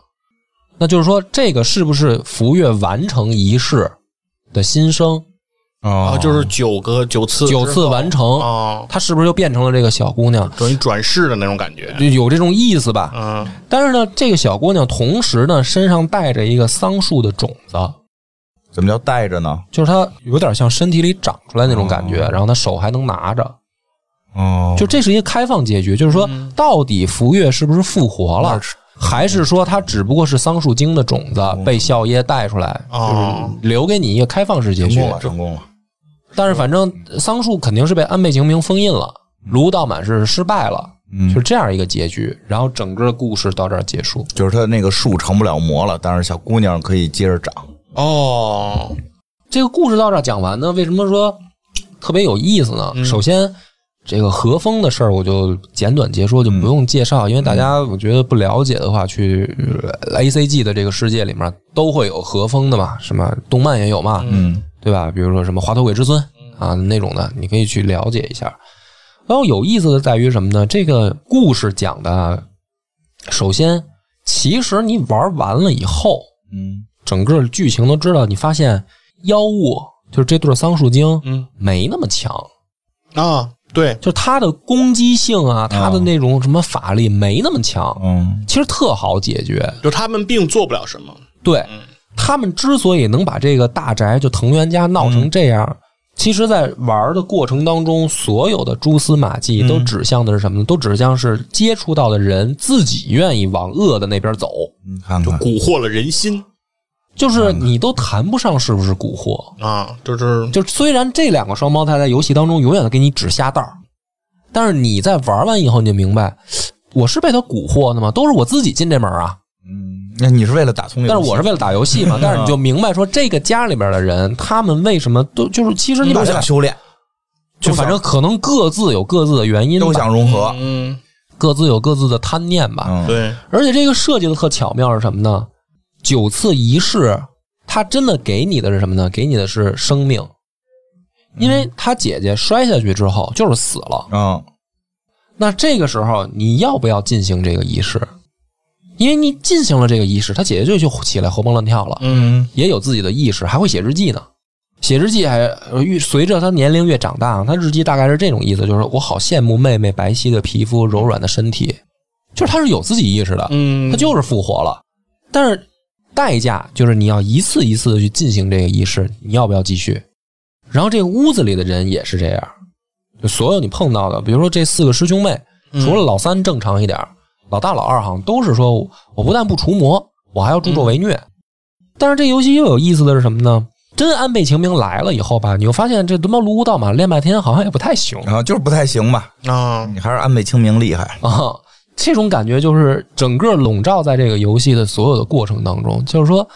那就是说，这个是不是福月完成仪式的新生？
啊，
哦
啊
就是九个九次
九次完成，
啊，
她是不是就变成了这个小姑娘？
等于转世的那种感觉。
就有这种意思吧？
嗯，
但是呢，这个小姑娘同时呢，身上带着一个桑树的种子，
怎么叫带着呢？
就是她有点像身体里长出来那种感觉，然后她手还能拿着。
哦，
就这是一个开放结局，就是说，到底福月是不是复活了，还是说她只不过是桑树精的种子被笑耶带出来，
哦
就是留给你一个开放式结
成
局
功。了，成功了。
但是反正桑树肯定是被安倍晴明封印了，卢道满是失败了，
嗯
就是这样一个结局。然后整个故事到这儿结束。
就是他那个树成不了魔了，但是小姑娘可以接着长。
哦，
这个故事到这儿讲完呢，为什么说特别有意思呢？首先，这个和风的事儿我就简短截说，就不用介绍，因为大家我觉得不了解的话，去呃 A C G 的这个世界里面都会有和风的嘛，什么动漫也有嘛，
嗯，
对吧？比如说什么《滑头鬼之孙》啊那种的，你可以去了解一下。然后有意思的在于什么呢？这个故事讲的，首先，其实你玩完了以后，
嗯，
整个剧情都知道，你发现妖物就是这对桑树精，
嗯
没那么强，
啊，对，
就是它的攻击性啊，它的那种什么法力没那么强，
嗯，
其实特好解决。
就他们并做不了什么。
对他们之所以能把这个大宅就藤原家闹成这样，其实，在玩的过程当中，所有的蛛丝马迹都指向的是什么呢？都指向是接触到的人自己愿意往恶的那边走，
你看
就
看，
蛊惑了人心
就是你都谈不上是不是蛊惑，
啊，就是
就虽然这两个双胞胎在游戏当中永远的给你指瞎道儿，但是你在玩完以后你就明白，我是被他蛊惑的嘛，都是我自己进这门啊。
嗯，那你是为了打通？
但是我是为了打游 戏嘛，但是你就明白说这个家里边的人，他们为什么都就是其实你把
都想修炼，
就反正可能各自有各自的原因吧，
都想融合。
嗯，
各自有各自的贪念吧。
嗯，
对，
而且这个设计的特巧妙是什么呢？九次仪式，它真的给你的是什么呢？给你的是生命，因为他姐姐摔下去之后就是死了。
嗯，
那这个时候你要不要进行这个仪式？因为你进行了这个仪式，他姐姐就就起来活蹦乱跳了，
嗯，
也有自己的意识，还会写日记呢。写日记还呃越随着他年龄越长大，他日记大概是这种意思，就是我好羡慕妹妹白皙的皮肤、柔软的身体，就是他是有自己意识的，
嗯
他就是复活了。但是代价就是你要一次一次的去进行这个仪式，你要不要继续？然后这个屋子里的人也是这样，就所有你碰到的，比如说这四个师兄妹，除了老三正常一点儿，老大老二好像都是说我不但不除魔，我还要助纣为虐。但是这游戏又有意思的是什么呢？真安倍晴明来了以后吧，你又发现这他妈卢武道满练半天好像也不太行
然后就是不太行吧？
啊，
你还是安倍晴明厉害。
啊，这种感觉就是整个笼罩在这个游戏的所有的过程当中，就是说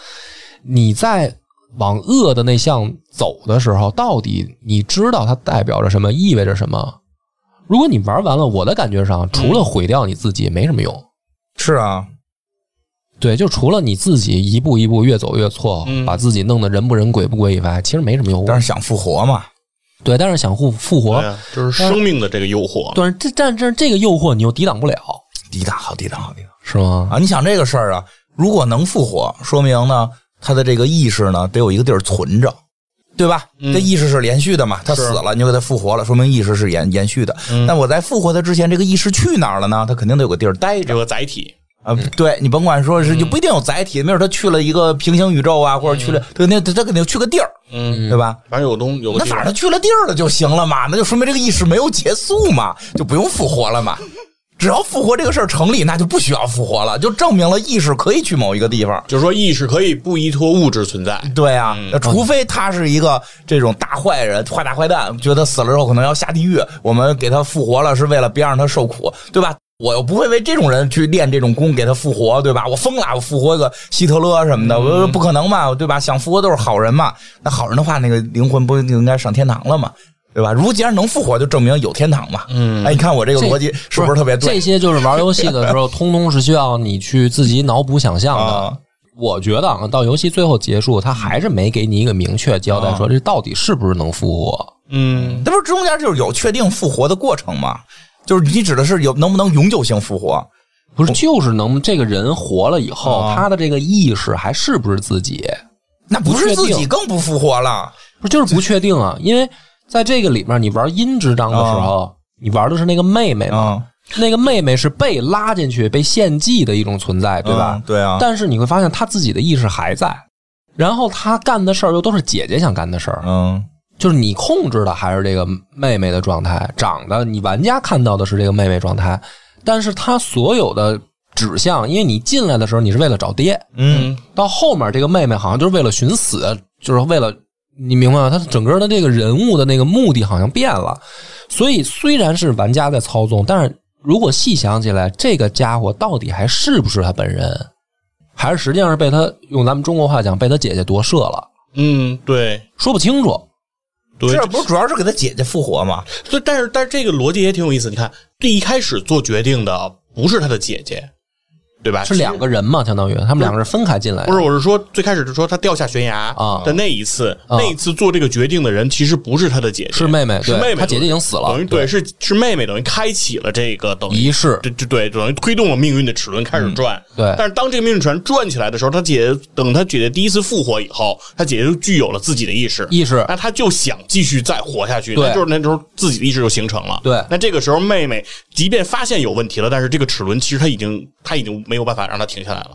你在往恶的那项走的时候，到底你知道它代表着什么，意味着什么？如果你玩完了，我的感觉上，除
嗯
了毁掉你自己，没什么用。
是啊，
对，就除了你自己一步一步越走越错，
嗯
把自己弄得人不人鬼不鬼以外，其实没什么用。
但是想复活嘛，
对，但是想复复活，
对啊就是生命的这个诱惑，
但是这但是这个诱惑你又抵挡不了，
抵挡好，抵挡好，抵挡
是吗？
啊！你想这个事儿啊，如果能复活，说明呢，他的这个意识呢，得有一个地儿存着。对吧？
嗯
这意识是连续的嘛？他死了，你就给他复活了，说明意识是延延续的。
嗯
但我在复活他之前，这个意识去哪儿了呢？他肯定得有个地儿待着。
有个载体，
啊，对你甭管说是就不一定有载体，没准他去了一个平行宇宙啊，或者去了，他肯定他肯定去个地儿，
嗯，
对吧？
反正有东有个
那
地
反正
方
他去了地儿了就行了嘛，那就说明这个意识没有结束嘛，就不用复活了嘛。只要复活这个事儿成立，那就不需要复活了，就证明了意识可以去某一个地方。
就是说意识可以不依托物质存在，
对啊，那除非他是一个这种大坏人、坏大坏蛋，觉得死了之后可能要下地狱，我们给他复活了是为了别让他受苦，对吧？我又不会为这种人去练这种功给他复活，对吧？我疯了，我复活一个希特勒什么的，我不可能嘛，对吧？想复活都是好人嘛，那好人的话，那个灵魂不就应该上天堂了嘛？对吧？如果既然能复活，就证明有天堂嘛。嗯，哎，你看我这个
这
逻辑是不是特别
这
对
些就是玩游戏的时 候，通通是需要你去自己脑补想象的。
啊？
我觉得啊，到游戏最后结束，他还是没给你一个明确交
啊
代，说这到底是不是能复活。
嗯，
那不是中间就是有确定复活的过程吗？就是你指的是有能不能永久性复活？
不是，就是能这个人活了以后，
哦啊
他的这个意识还是不是自己？
那不是自
不确
己
定
更不复活了。
不是就是不确定啊？因为在这个里面，你玩阴之章的时候，
啊
你玩的是那个妹妹嘛，
嗯，
那个妹妹是被拉进去、被献祭的一种存在，对吧？
嗯对啊，
但是你会发现她自己的意识还在，然后她干的事儿又都是姐姐想干的事儿，
嗯
就是你控制的还是这个妹妹的状态，长得你玩家看到的是这个妹妹状态，但是她所有的指向，因为你进来的时候你是为了找爹，
嗯，
到后面这个妹妹好像就是为了寻死，就是为了你明白吗？她整个的这个人物的那个目的好像变了，所以虽然是玩家在操纵，但是如果细想起来，这个家伙到底还是不是他本人，还是实际上是被他用咱们中国话讲被他姐姐夺舍了，
嗯，对
说不清楚。
对，
这不是主要是给他姐姐复活吗？
所以，但是但是这个逻辑也挺有意思。你看，这一开始做决定的不是他的姐姐，对吧？
是两个人嘛，相当于他们两个人分开进来的。
不是，我是说最开始就说他掉下悬崖
啊
的那一次，
啊
那一次做这个决定的人其实不是他的姐姐，
是妹妹，
是
对
妹妹，
她姐姐已经死了，
等于对，是是妹妹，等于开启了这个等于
仪式，
这这对等于推动了命运的齿轮开始转。
嗯对
但是当这个命运船转起来的时候，他姐姐等他姐姐第一次复活以后，他姐姐就具有了自己的意识，
意识
那他就想继续再活下去，
对
那就是那时候自己的意识就形成了。
对
那这个时候妹妹即便发现有问题了，但是这个齿轮其实他已经他已经没有办法让他停下来了，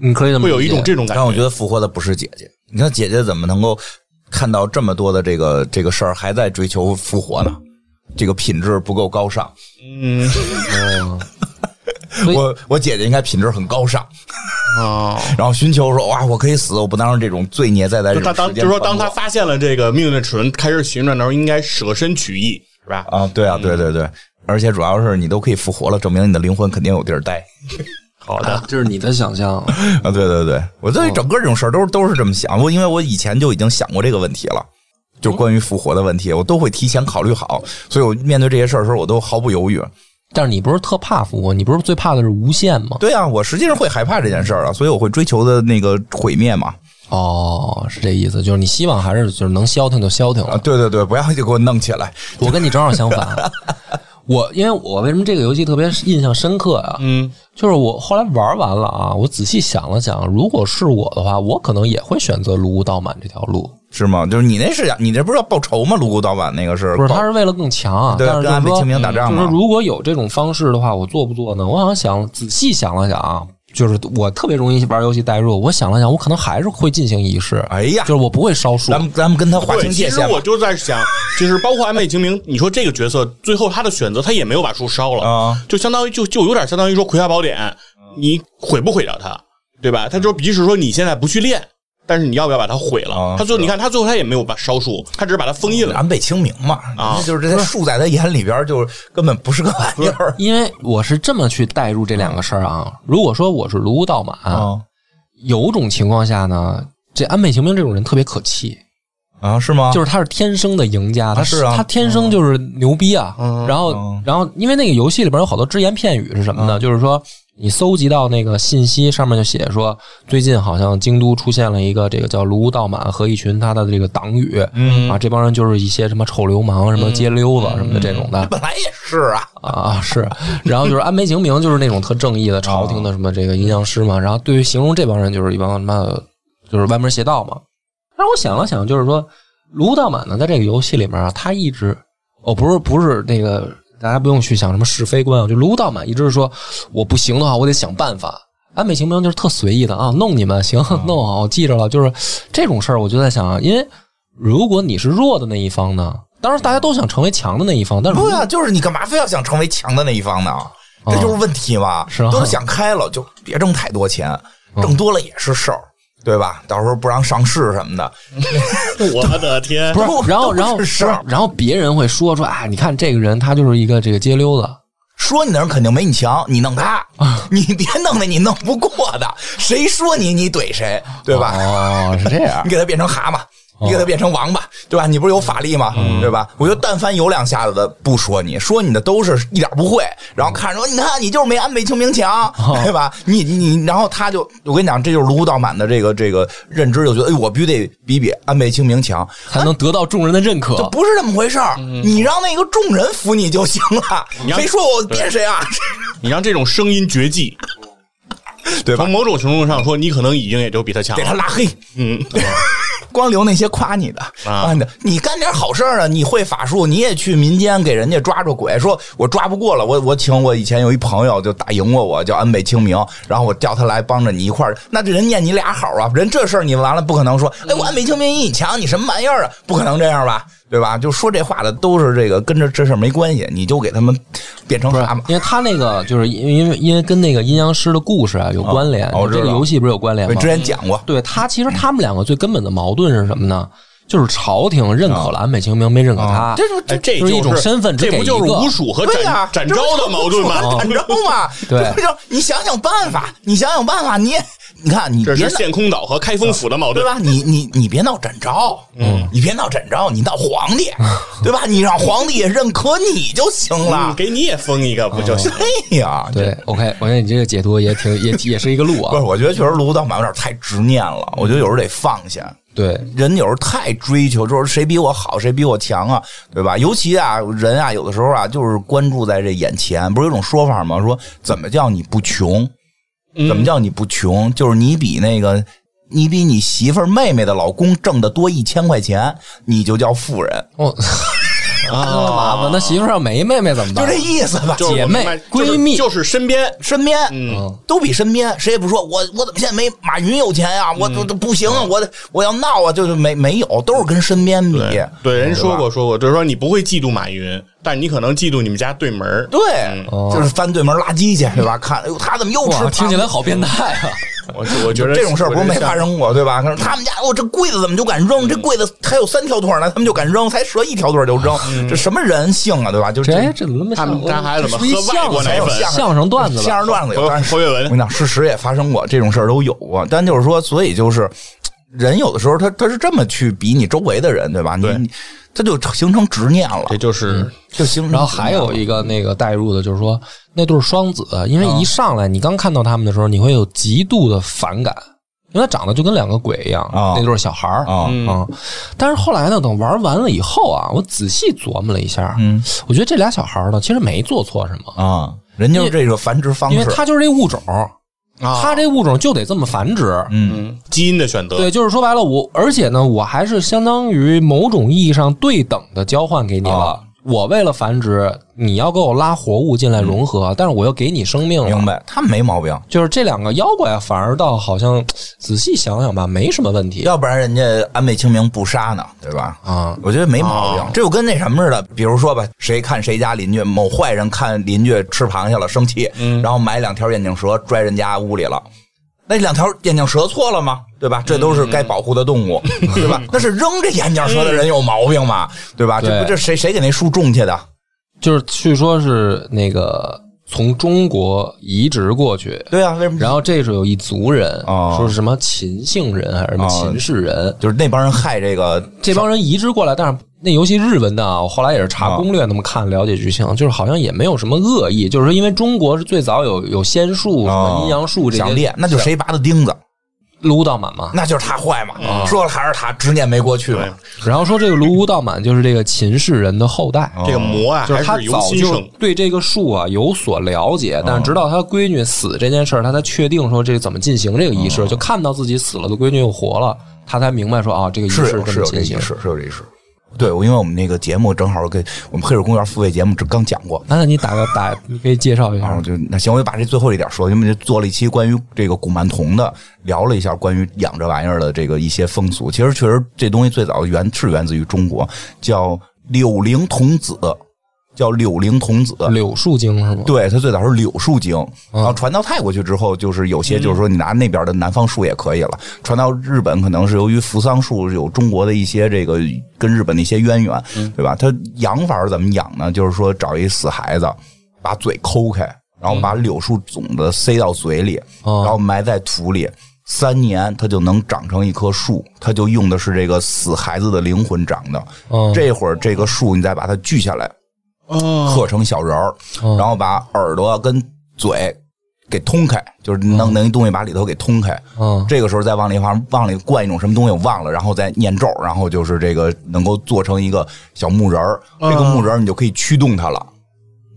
你可以这么
会有
理
一
解
种这种感
但我觉
觉。
得复活的不是姐姐，你看姐姐怎么能够看到这么多的这个这个事儿，还在追求复活呢？这个品质不够高尚，
嗯
嗯所以
我我姐姐应该品质很高尚，
啊，
然后寻求说哇，我可以死，我不当成这种罪孽再在
就
这
他
种
当
时
就
间
是说
穿
当他
过
发现了这个命运的齿轮开始旋转的时候，应该舍身取义，是吧？
啊，对啊，对对
嗯
对，而且主要是你都可以复活了，证明你的灵魂肯定有地儿待
好的，
这是你的想象，
啊。对对对，我
哦
对整个这种事儿都是都是这么想，我因为我以前就已经想过这个问题了。
哦
就关于复活的问题，我都会提前考虑好，所以我面对这些事儿的时候，我都毫不犹豫。
但是你不是特怕复活，你不是最怕的是无限吗？
对啊，我实际上会害怕这件事儿啊，所以我会追求的那个毁灭嘛。
哦，是这意思，就是你希望还是就是能消停就消停
啊，
了。
对对对，不要就给我弄起来。
我跟你正好相 反，我因为我为什么这个游戏特别印象深刻啊？
嗯，
就是我后来玩完了啊，我仔细想了想，如果是我的话，我可能也会选择卢沟盗满这条路。
是吗？就是你那是你这不是要报仇吗？卢沟盗版那个是
不是，
报
他是为了更强啊。
对
但是
跟
就是
安倍
说，
晴明打仗
就是
嘛
说如果有这种方式的话，我做不做呢？我好像想仔细想了想啊，就是我特别容易玩游戏代入。我想了想，我可能还是会进行仪式，
哎呀
就，是我不会烧树
咱。们咱们跟他划
对，
清界
其实
限吧
我就在想，就是包括安倍晴明，你说这个角色最后他的选择，他也没有把书烧了，
啊。
就相当于就就有点相当于说《葵花宝典》，你毁不毁掉它，对吧？他就即使说你现在不去练，但是你要不要把它毁了？
啊
他最后你看他最后他也没有把烧树，他只是把它封印了。
安倍晴明嘛，
啊
那就是这些树在他眼里边，就是根本不是个玩意儿
因为我是这么去代入这两个事儿啊。如果说我是卢沟道满，
啊
哦
有种情况下呢，这安倍晴明这种人特别可气，
啊，是
哦
吗？
就是是他是天生的赢家，他
是啊
他天生就是牛逼啊。
嗯
然后、
嗯
然后因为那个游戏里边有好多只言片语是什
嗯
么呢？就是说你搜集到那个信息上面就写说，最近好像京都出现了一个这个叫卢沟道满和一群他的这个党羽。
嗯
啊，这帮人就是一些什么臭流氓、什么街溜子、什么的这种的，
本来也是 啊，
啊，是，然后就是安倍晴明就是那种特正义的朝廷的什么这个阴阳师嘛，然后对于形容这帮人就是一帮他妈的，就是歪门邪道嘛。但是我想了想，就是说卢道满呢，在这个游戏里面啊，他一直哦，不是不是那个，大家不用去想什么是非观啊，就卢道满一直是说我不行的话，我得想办法。安倍晴明就是特随意的啊，弄你们行， 弄好，我记着了。就是这种事儿，我就在想啊，因为如果你是弱的那一方呢，当然大家都想成为强的那一方，但是如
不
果
啊，就是你干嘛非要想成为强的那一方呢？这就是问题嘛，
是啊
都是想开了，就别挣太多钱，挣多了也是事儿，对吧？到时候不让上市什么的，
我的天
不
都
是，然后
都是
然后
事儿
不是然后别人会说说啊，你看这个人他就是一个这个街溜子，
说你那人肯定没你强，你弄他，你别弄那你弄不过的，谁说你你怼谁，对吧？
哦，是这样
你给他变成蛤蟆，你给他变成王八，对吧？你不是有法力吗？
嗯
对吧？我觉得但凡有两下子的，不说你，说你的都是一点不会，然后看着说，你看你就是没安倍晴明强，
哦
对吧？你你，然后他就，我跟你讲，这就是卢武道满的这个这个认知，就觉得，哎，我必须得比比安倍晴明强，
才能得到众人的认可。
哦
这不是这么回事儿。你让那个众人服你就行了
嗯你，让
谁说我变谁啊？
你让这种声音绝迹，
对吧
从？某种程度上说，你可能已经也就比他强
给他
了。
拉黑。
嗯，
光留那些夸你的
啊
夸你的，你干点好事儿啊！你会法术，你也去民间给人家抓住鬼，说我抓不过了，我我请我以前有一朋友就打赢过我，叫安倍清明，然后我叫他来帮着你一块儿，那这人念你俩好啊，人这事儿你完了不可能说，哎，我安倍清明比你强，你什么玩意儿啊？不可能这样吧，对吧？就说这话的都是这个跟着这事儿没关系，你就给他们变成蛤蟆，
因为他那个就是因为因为因为跟那个阴阳师的故事啊有关联，
哦我知道
这个游戏不是有关联
我
吗
之？前讲过，
对他，其实他们两个最根本的矛盾是什么呢？就是朝廷认可了安倍晴明，没认可他。
啊这就
哎，这
就是一
就
种身份只
这
给
不
一
就是
个
吴蜀和
对
展、
呀，
展昭的矛盾吗？
展昭嘛，
对
这不就你想想办法，你想想办法，你也你看你
这
别
是
闹，
陷空岛和开封府的矛
对
盾。
吧？你你你别闹展昭，嗯，你别闹展昭，你闹皇
嗯
帝，对吧？你让皇帝也认可你就行
嗯，
了。
给你也封一个不就行？
对呀，
对，OK，我觉得你这个解读也挺也也是一个路
不
啊
是，。我觉得确实卢武道满有点太执念了，我觉得有时候得放下。
对，
人有时候太追求，就是谁比我好，谁比我强啊，对吧？尤其啊，人啊，有的时候啊，就是关注在这眼前。不是有种说法吗？说怎么叫你不穷？
嗯
怎么叫你不穷？就是你比那个，你比你媳妇儿妹妹的老公挣的多一千块钱，你就叫富人，
哦，
哦
那
啊
麻烦，那媳妇儿要没妹妹怎么
就
办
这？意思吧？
嗯就是我明
姐
白
妹闺蜜
就是就是身边
身边，
嗯
都比身边，谁也不说我我怎么现在没马云有钱呀、我我我不行啊，
嗯
我得我要闹啊，就是没没有，都是跟身边比。
对对，人说过说过，就是说你不会嫉妒马云，但你可能嫉妒你们家对门儿。
对，
哦
就是翻对门垃圾去，对吧？看，哎呦，他怎么又吃
嗯哇，
糖？
听起来好变态啊！
我我觉得
这种事儿不是没
我觉得像
发生过，对吧？
嗯
可是他们家，哦，这柜子怎么就敢扔？这柜子还有三条腿呢，他们就敢扔，才折一条腿就扔，
嗯
这什么人性啊，对吧？就是
这这怎么那么
他
像
们他还怎么
这是一
喝外国
相声
奶粉
相
相声段子吧？
相声段子有，但
侯
是
侯月
我
文
跟你讲，事实也发生过这种事儿都有过，但就是说，所以就是人有的时候他他是这么去比你周围的人，对吧？你
对
你他就形成执念了
这，就是
就形成。
然后还有一个那个带入的，就是说那对双子，因为一上来你刚看到他们的时候，你会有极度的反感，因为他长得就跟两个鬼一样，
啊
那对小孩儿
啊
嗯但是后来呢，等玩完了以后啊，我仔细琢磨了一下，
嗯
我觉得这俩小孩儿呢，其实没做错什么，
啊，人就是这个繁殖方
因为
式，
他就是这物种，
啊
他这物种就得这么繁殖。
嗯
嗯基因的选择，
对，就是说白了，我而且呢，我还是相当于某种意义上对等的交换给你了。
啊
我为了繁殖，你要给我拉活物进来融合，但是我又给你生命了
嗯明。白？他没毛病。
就是这两个妖怪反而倒好像仔细想想吧，没什么问题
要不然人家安倍晴明不杀呢，对吧？
啊。
我觉得没毛病
哦，
这就跟那什么似的，比如说吧，谁看谁家邻居某坏人看邻居吃螃蟹了生气，
嗯
然后买两条眼镜蛇拽人家屋里了。那两条眼镜蛇错了吗？对吧？这都是该保护的动物，
嗯
对吧？那是扔这眼镜蛇的人有毛病嘛，对吧？这不
对
这谁谁给那树种去的，
就是据说是那个从中国移植过去，
对啊？为什么？
然后这是有一族人，
哦
说是什么秦姓人还是什么
哦
秦氏人，
就是那帮人害这个
这帮人移植过来，但是那尤其日文的啊，我后来也是查攻略那么看了解剧情，就是好像也没有什么恶意，就是说因为中国是最早有有仙术、什
哦
么阴阳术这
强
些
烈，那就是谁拔的钉子，
卢道满嘛。
那就是他坏嘛。
啊
说了还是他执念没过去嘛。
然后说这个卢乌道满就是这个秦氏人的后
哦
代，
这个魔啊
就是
还
他
是由
早
心
就
生。
对这个术啊有所了解，
哦
但是直到他闺女死这件事儿，他才确定说这怎么进行这个仪
哦
式，就看到自己死了的闺女又活了，他才明白说啊这个仪
是
式
有
这
是
么
有这
进
意
行。
识，是有这意识。对，我因为我们那个节目正好跟我们黑水公园付费节目这刚讲过，
那你打个打，你可以介绍一
然
下
后
吗。
就那行，我就把这最后一点说，因为这做了一期关于这个古曼童的，聊了一下关于养这玩意儿的这个一些风俗。其实确实这东西最早源是源自于中国，叫柳灵童子，叫柳灵童子。
柳树精是吗？
对，它最早是柳树精，然后传到泰国去之后，就是有些就是说你拿那边的南方树也可以了。传到日本，可能是由于扶桑树有中国的一些这个跟日本的一些渊源，
嗯
对吧？它养法是怎么养呢？就是说找一死孩子，把嘴抠开，然后把柳树种子塞到嘴里，
嗯哦
然后埋在土里。三年它就能长成一棵树，它就用的是这个死孩子的灵魂长的。
嗯
这会儿这个树你再把它锯下来，
哦，
刻成小 人儿，
嗯
然后把耳朵跟嘴给通开，就是弄弄一东西把里头给通开。
嗯
这个时候再往里往往里灌一种什么东西，我忘了，然后再念咒，然后就是这个能够做成一个小木人儿。
嗯
这个木人儿你就可以驱动它了。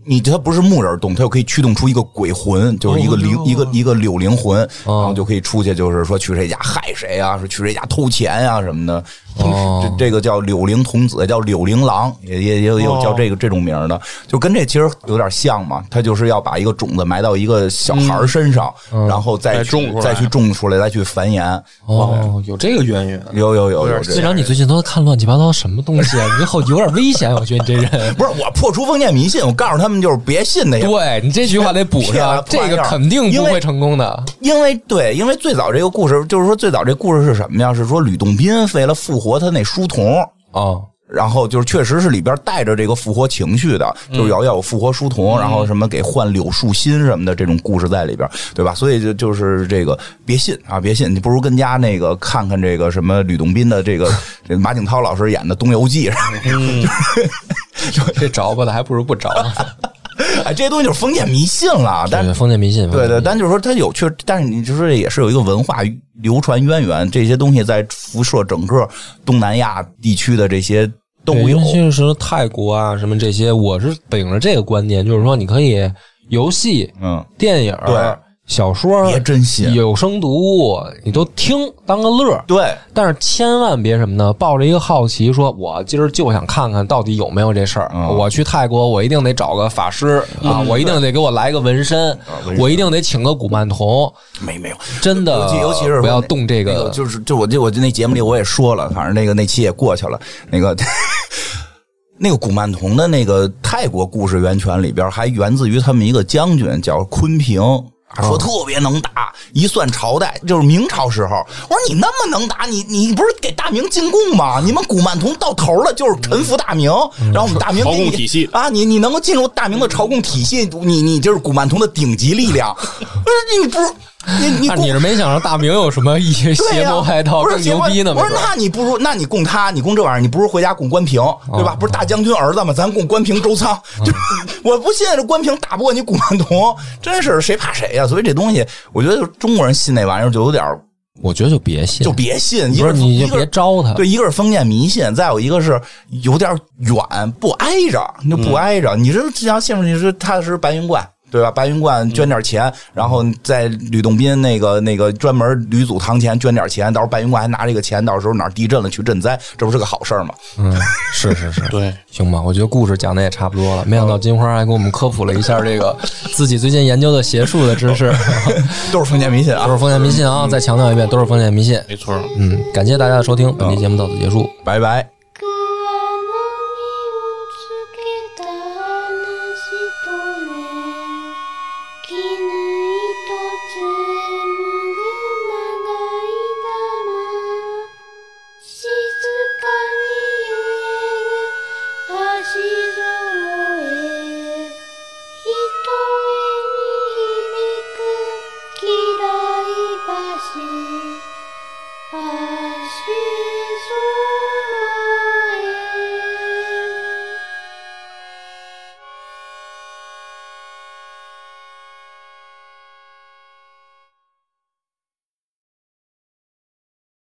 你它不是木人儿动，它又可以驱动出一个鬼魂，就是一
哦
个灵、
嗯
一个一个柳灵魂，然后就可以出去，就是说去谁家害谁啊，说去谁家偷钱啊什么的。
哦
这这个叫柳灵童子，也叫柳灵郎，也也也有也有叫这个这种名儿的，就跟这其实有点像嘛。他就是要把一个种子埋到一个小孩
嗯
儿身上，然后再
再
去
哎种出来嗯
再去种出来，再去繁衍。
哦，有这个渊源。
有有有
有
有
点
这
队
个。
长，你最近都在看乱七八糟什么东西啊？你好，有点危险，我觉得你这 人。
不是我破除封建迷信，我告诉他们就是别信那些
对你这句话得补
骗了
上，
破
这
玩意儿
个肯定不会成功 的。
因为对，因为最早这个故事就是说，最早这故事是什么呀？是说吕洞宾为了复活他那书童，
啊，
然后就是确实是里边带着这个复活情绪的，
嗯
就是要要有复活书童，然后什么给换柳树心什么的这种故事在里边，对吧？所以就就是这个别信啊，别信，你不如跟家那个看看这个什么吕洞宾的这个 这马景涛老师演的《东游记》，
这着吧的还不如不着。
哎，这些东西就是封建迷信了，啊但
对，封建迷信。
对对，但就是说它有确，但是你就是也是有一个文化流传渊源，这些东西在辐射整个东南亚地区的这些都
对
有
尤。其是泰国啊什么这些，我是秉着这个观念，就是说你可以游戏、
嗯，
电影、
对
小说、
别真信
有声读物，你都听当个乐儿。
对，
但是千万别什么呢？抱着一个好奇说，我今儿就想看看到底有没有这事儿。
嗯
我去泰国，我一定得找个法师、啊，我一定得给我来个纹身，
啊
我一定得请个古曼童。
没没有，
真的
尤其尤其是
不要
那
动这个
那就是就我就我就那节目里我也说了，反正那个那期也过去了，那个。 那个古曼童的那个泰国故事源泉里边，还源自于他们一个将军叫昆平，
哦
说特别能打。一算朝代，就是明朝时候。我说你那么能打，你你不是给大明进贡吗？你们古曼童到头了就是臣服大明，
嗯
然后我们大明
朝
给你
贡体系
啊，你你能够进入大明的朝贡体系，你你就是古曼童的顶级 力量。不是你不是你你
那
贡
啊你是没想到大明有什么一些
对
邪
呀，
魔歪道
不是
更牛逼呢？
邪魔
没
不是
准，
那你不如，那你供他，你供这玩意儿，你不如回家供关
哦
平，对吧？不是大将军儿子吗？咱供关平、周仓，
嗯
就是 我不信这关平打不过你古 曼童，真是谁怕谁呀、所以这东西，我觉得中国人信那玩意儿就有点儿
我觉得就别信，
就别信，一
不
个
是你就
一个
别招他。
对，一个是封建迷信，再有一个是有点远，不挨着，你就不挨着。你这这条线你是踏踏实实白云观。对吧？白云观捐点钱，然后在吕洞宾那个那个专门吕祖堂前捐点钱，到时候白云观还拿这个钱，到时候哪儿地震了去赈灾，这不是个好事儿吗？
嗯，是是 是，
对，
行吧，我觉得故事讲的也差不多了。没想到
嗯
金花还给我们科普了一下这个自己最近研究的邪术的知 识，
都是封建迷信
都
啊！
是封建迷信啊！再强调一遍，都是封建迷信。
没错儿。
嗯，感谢大家的收听，本期节目到此结束。
拜拜。
くわの実をつけた話とね絹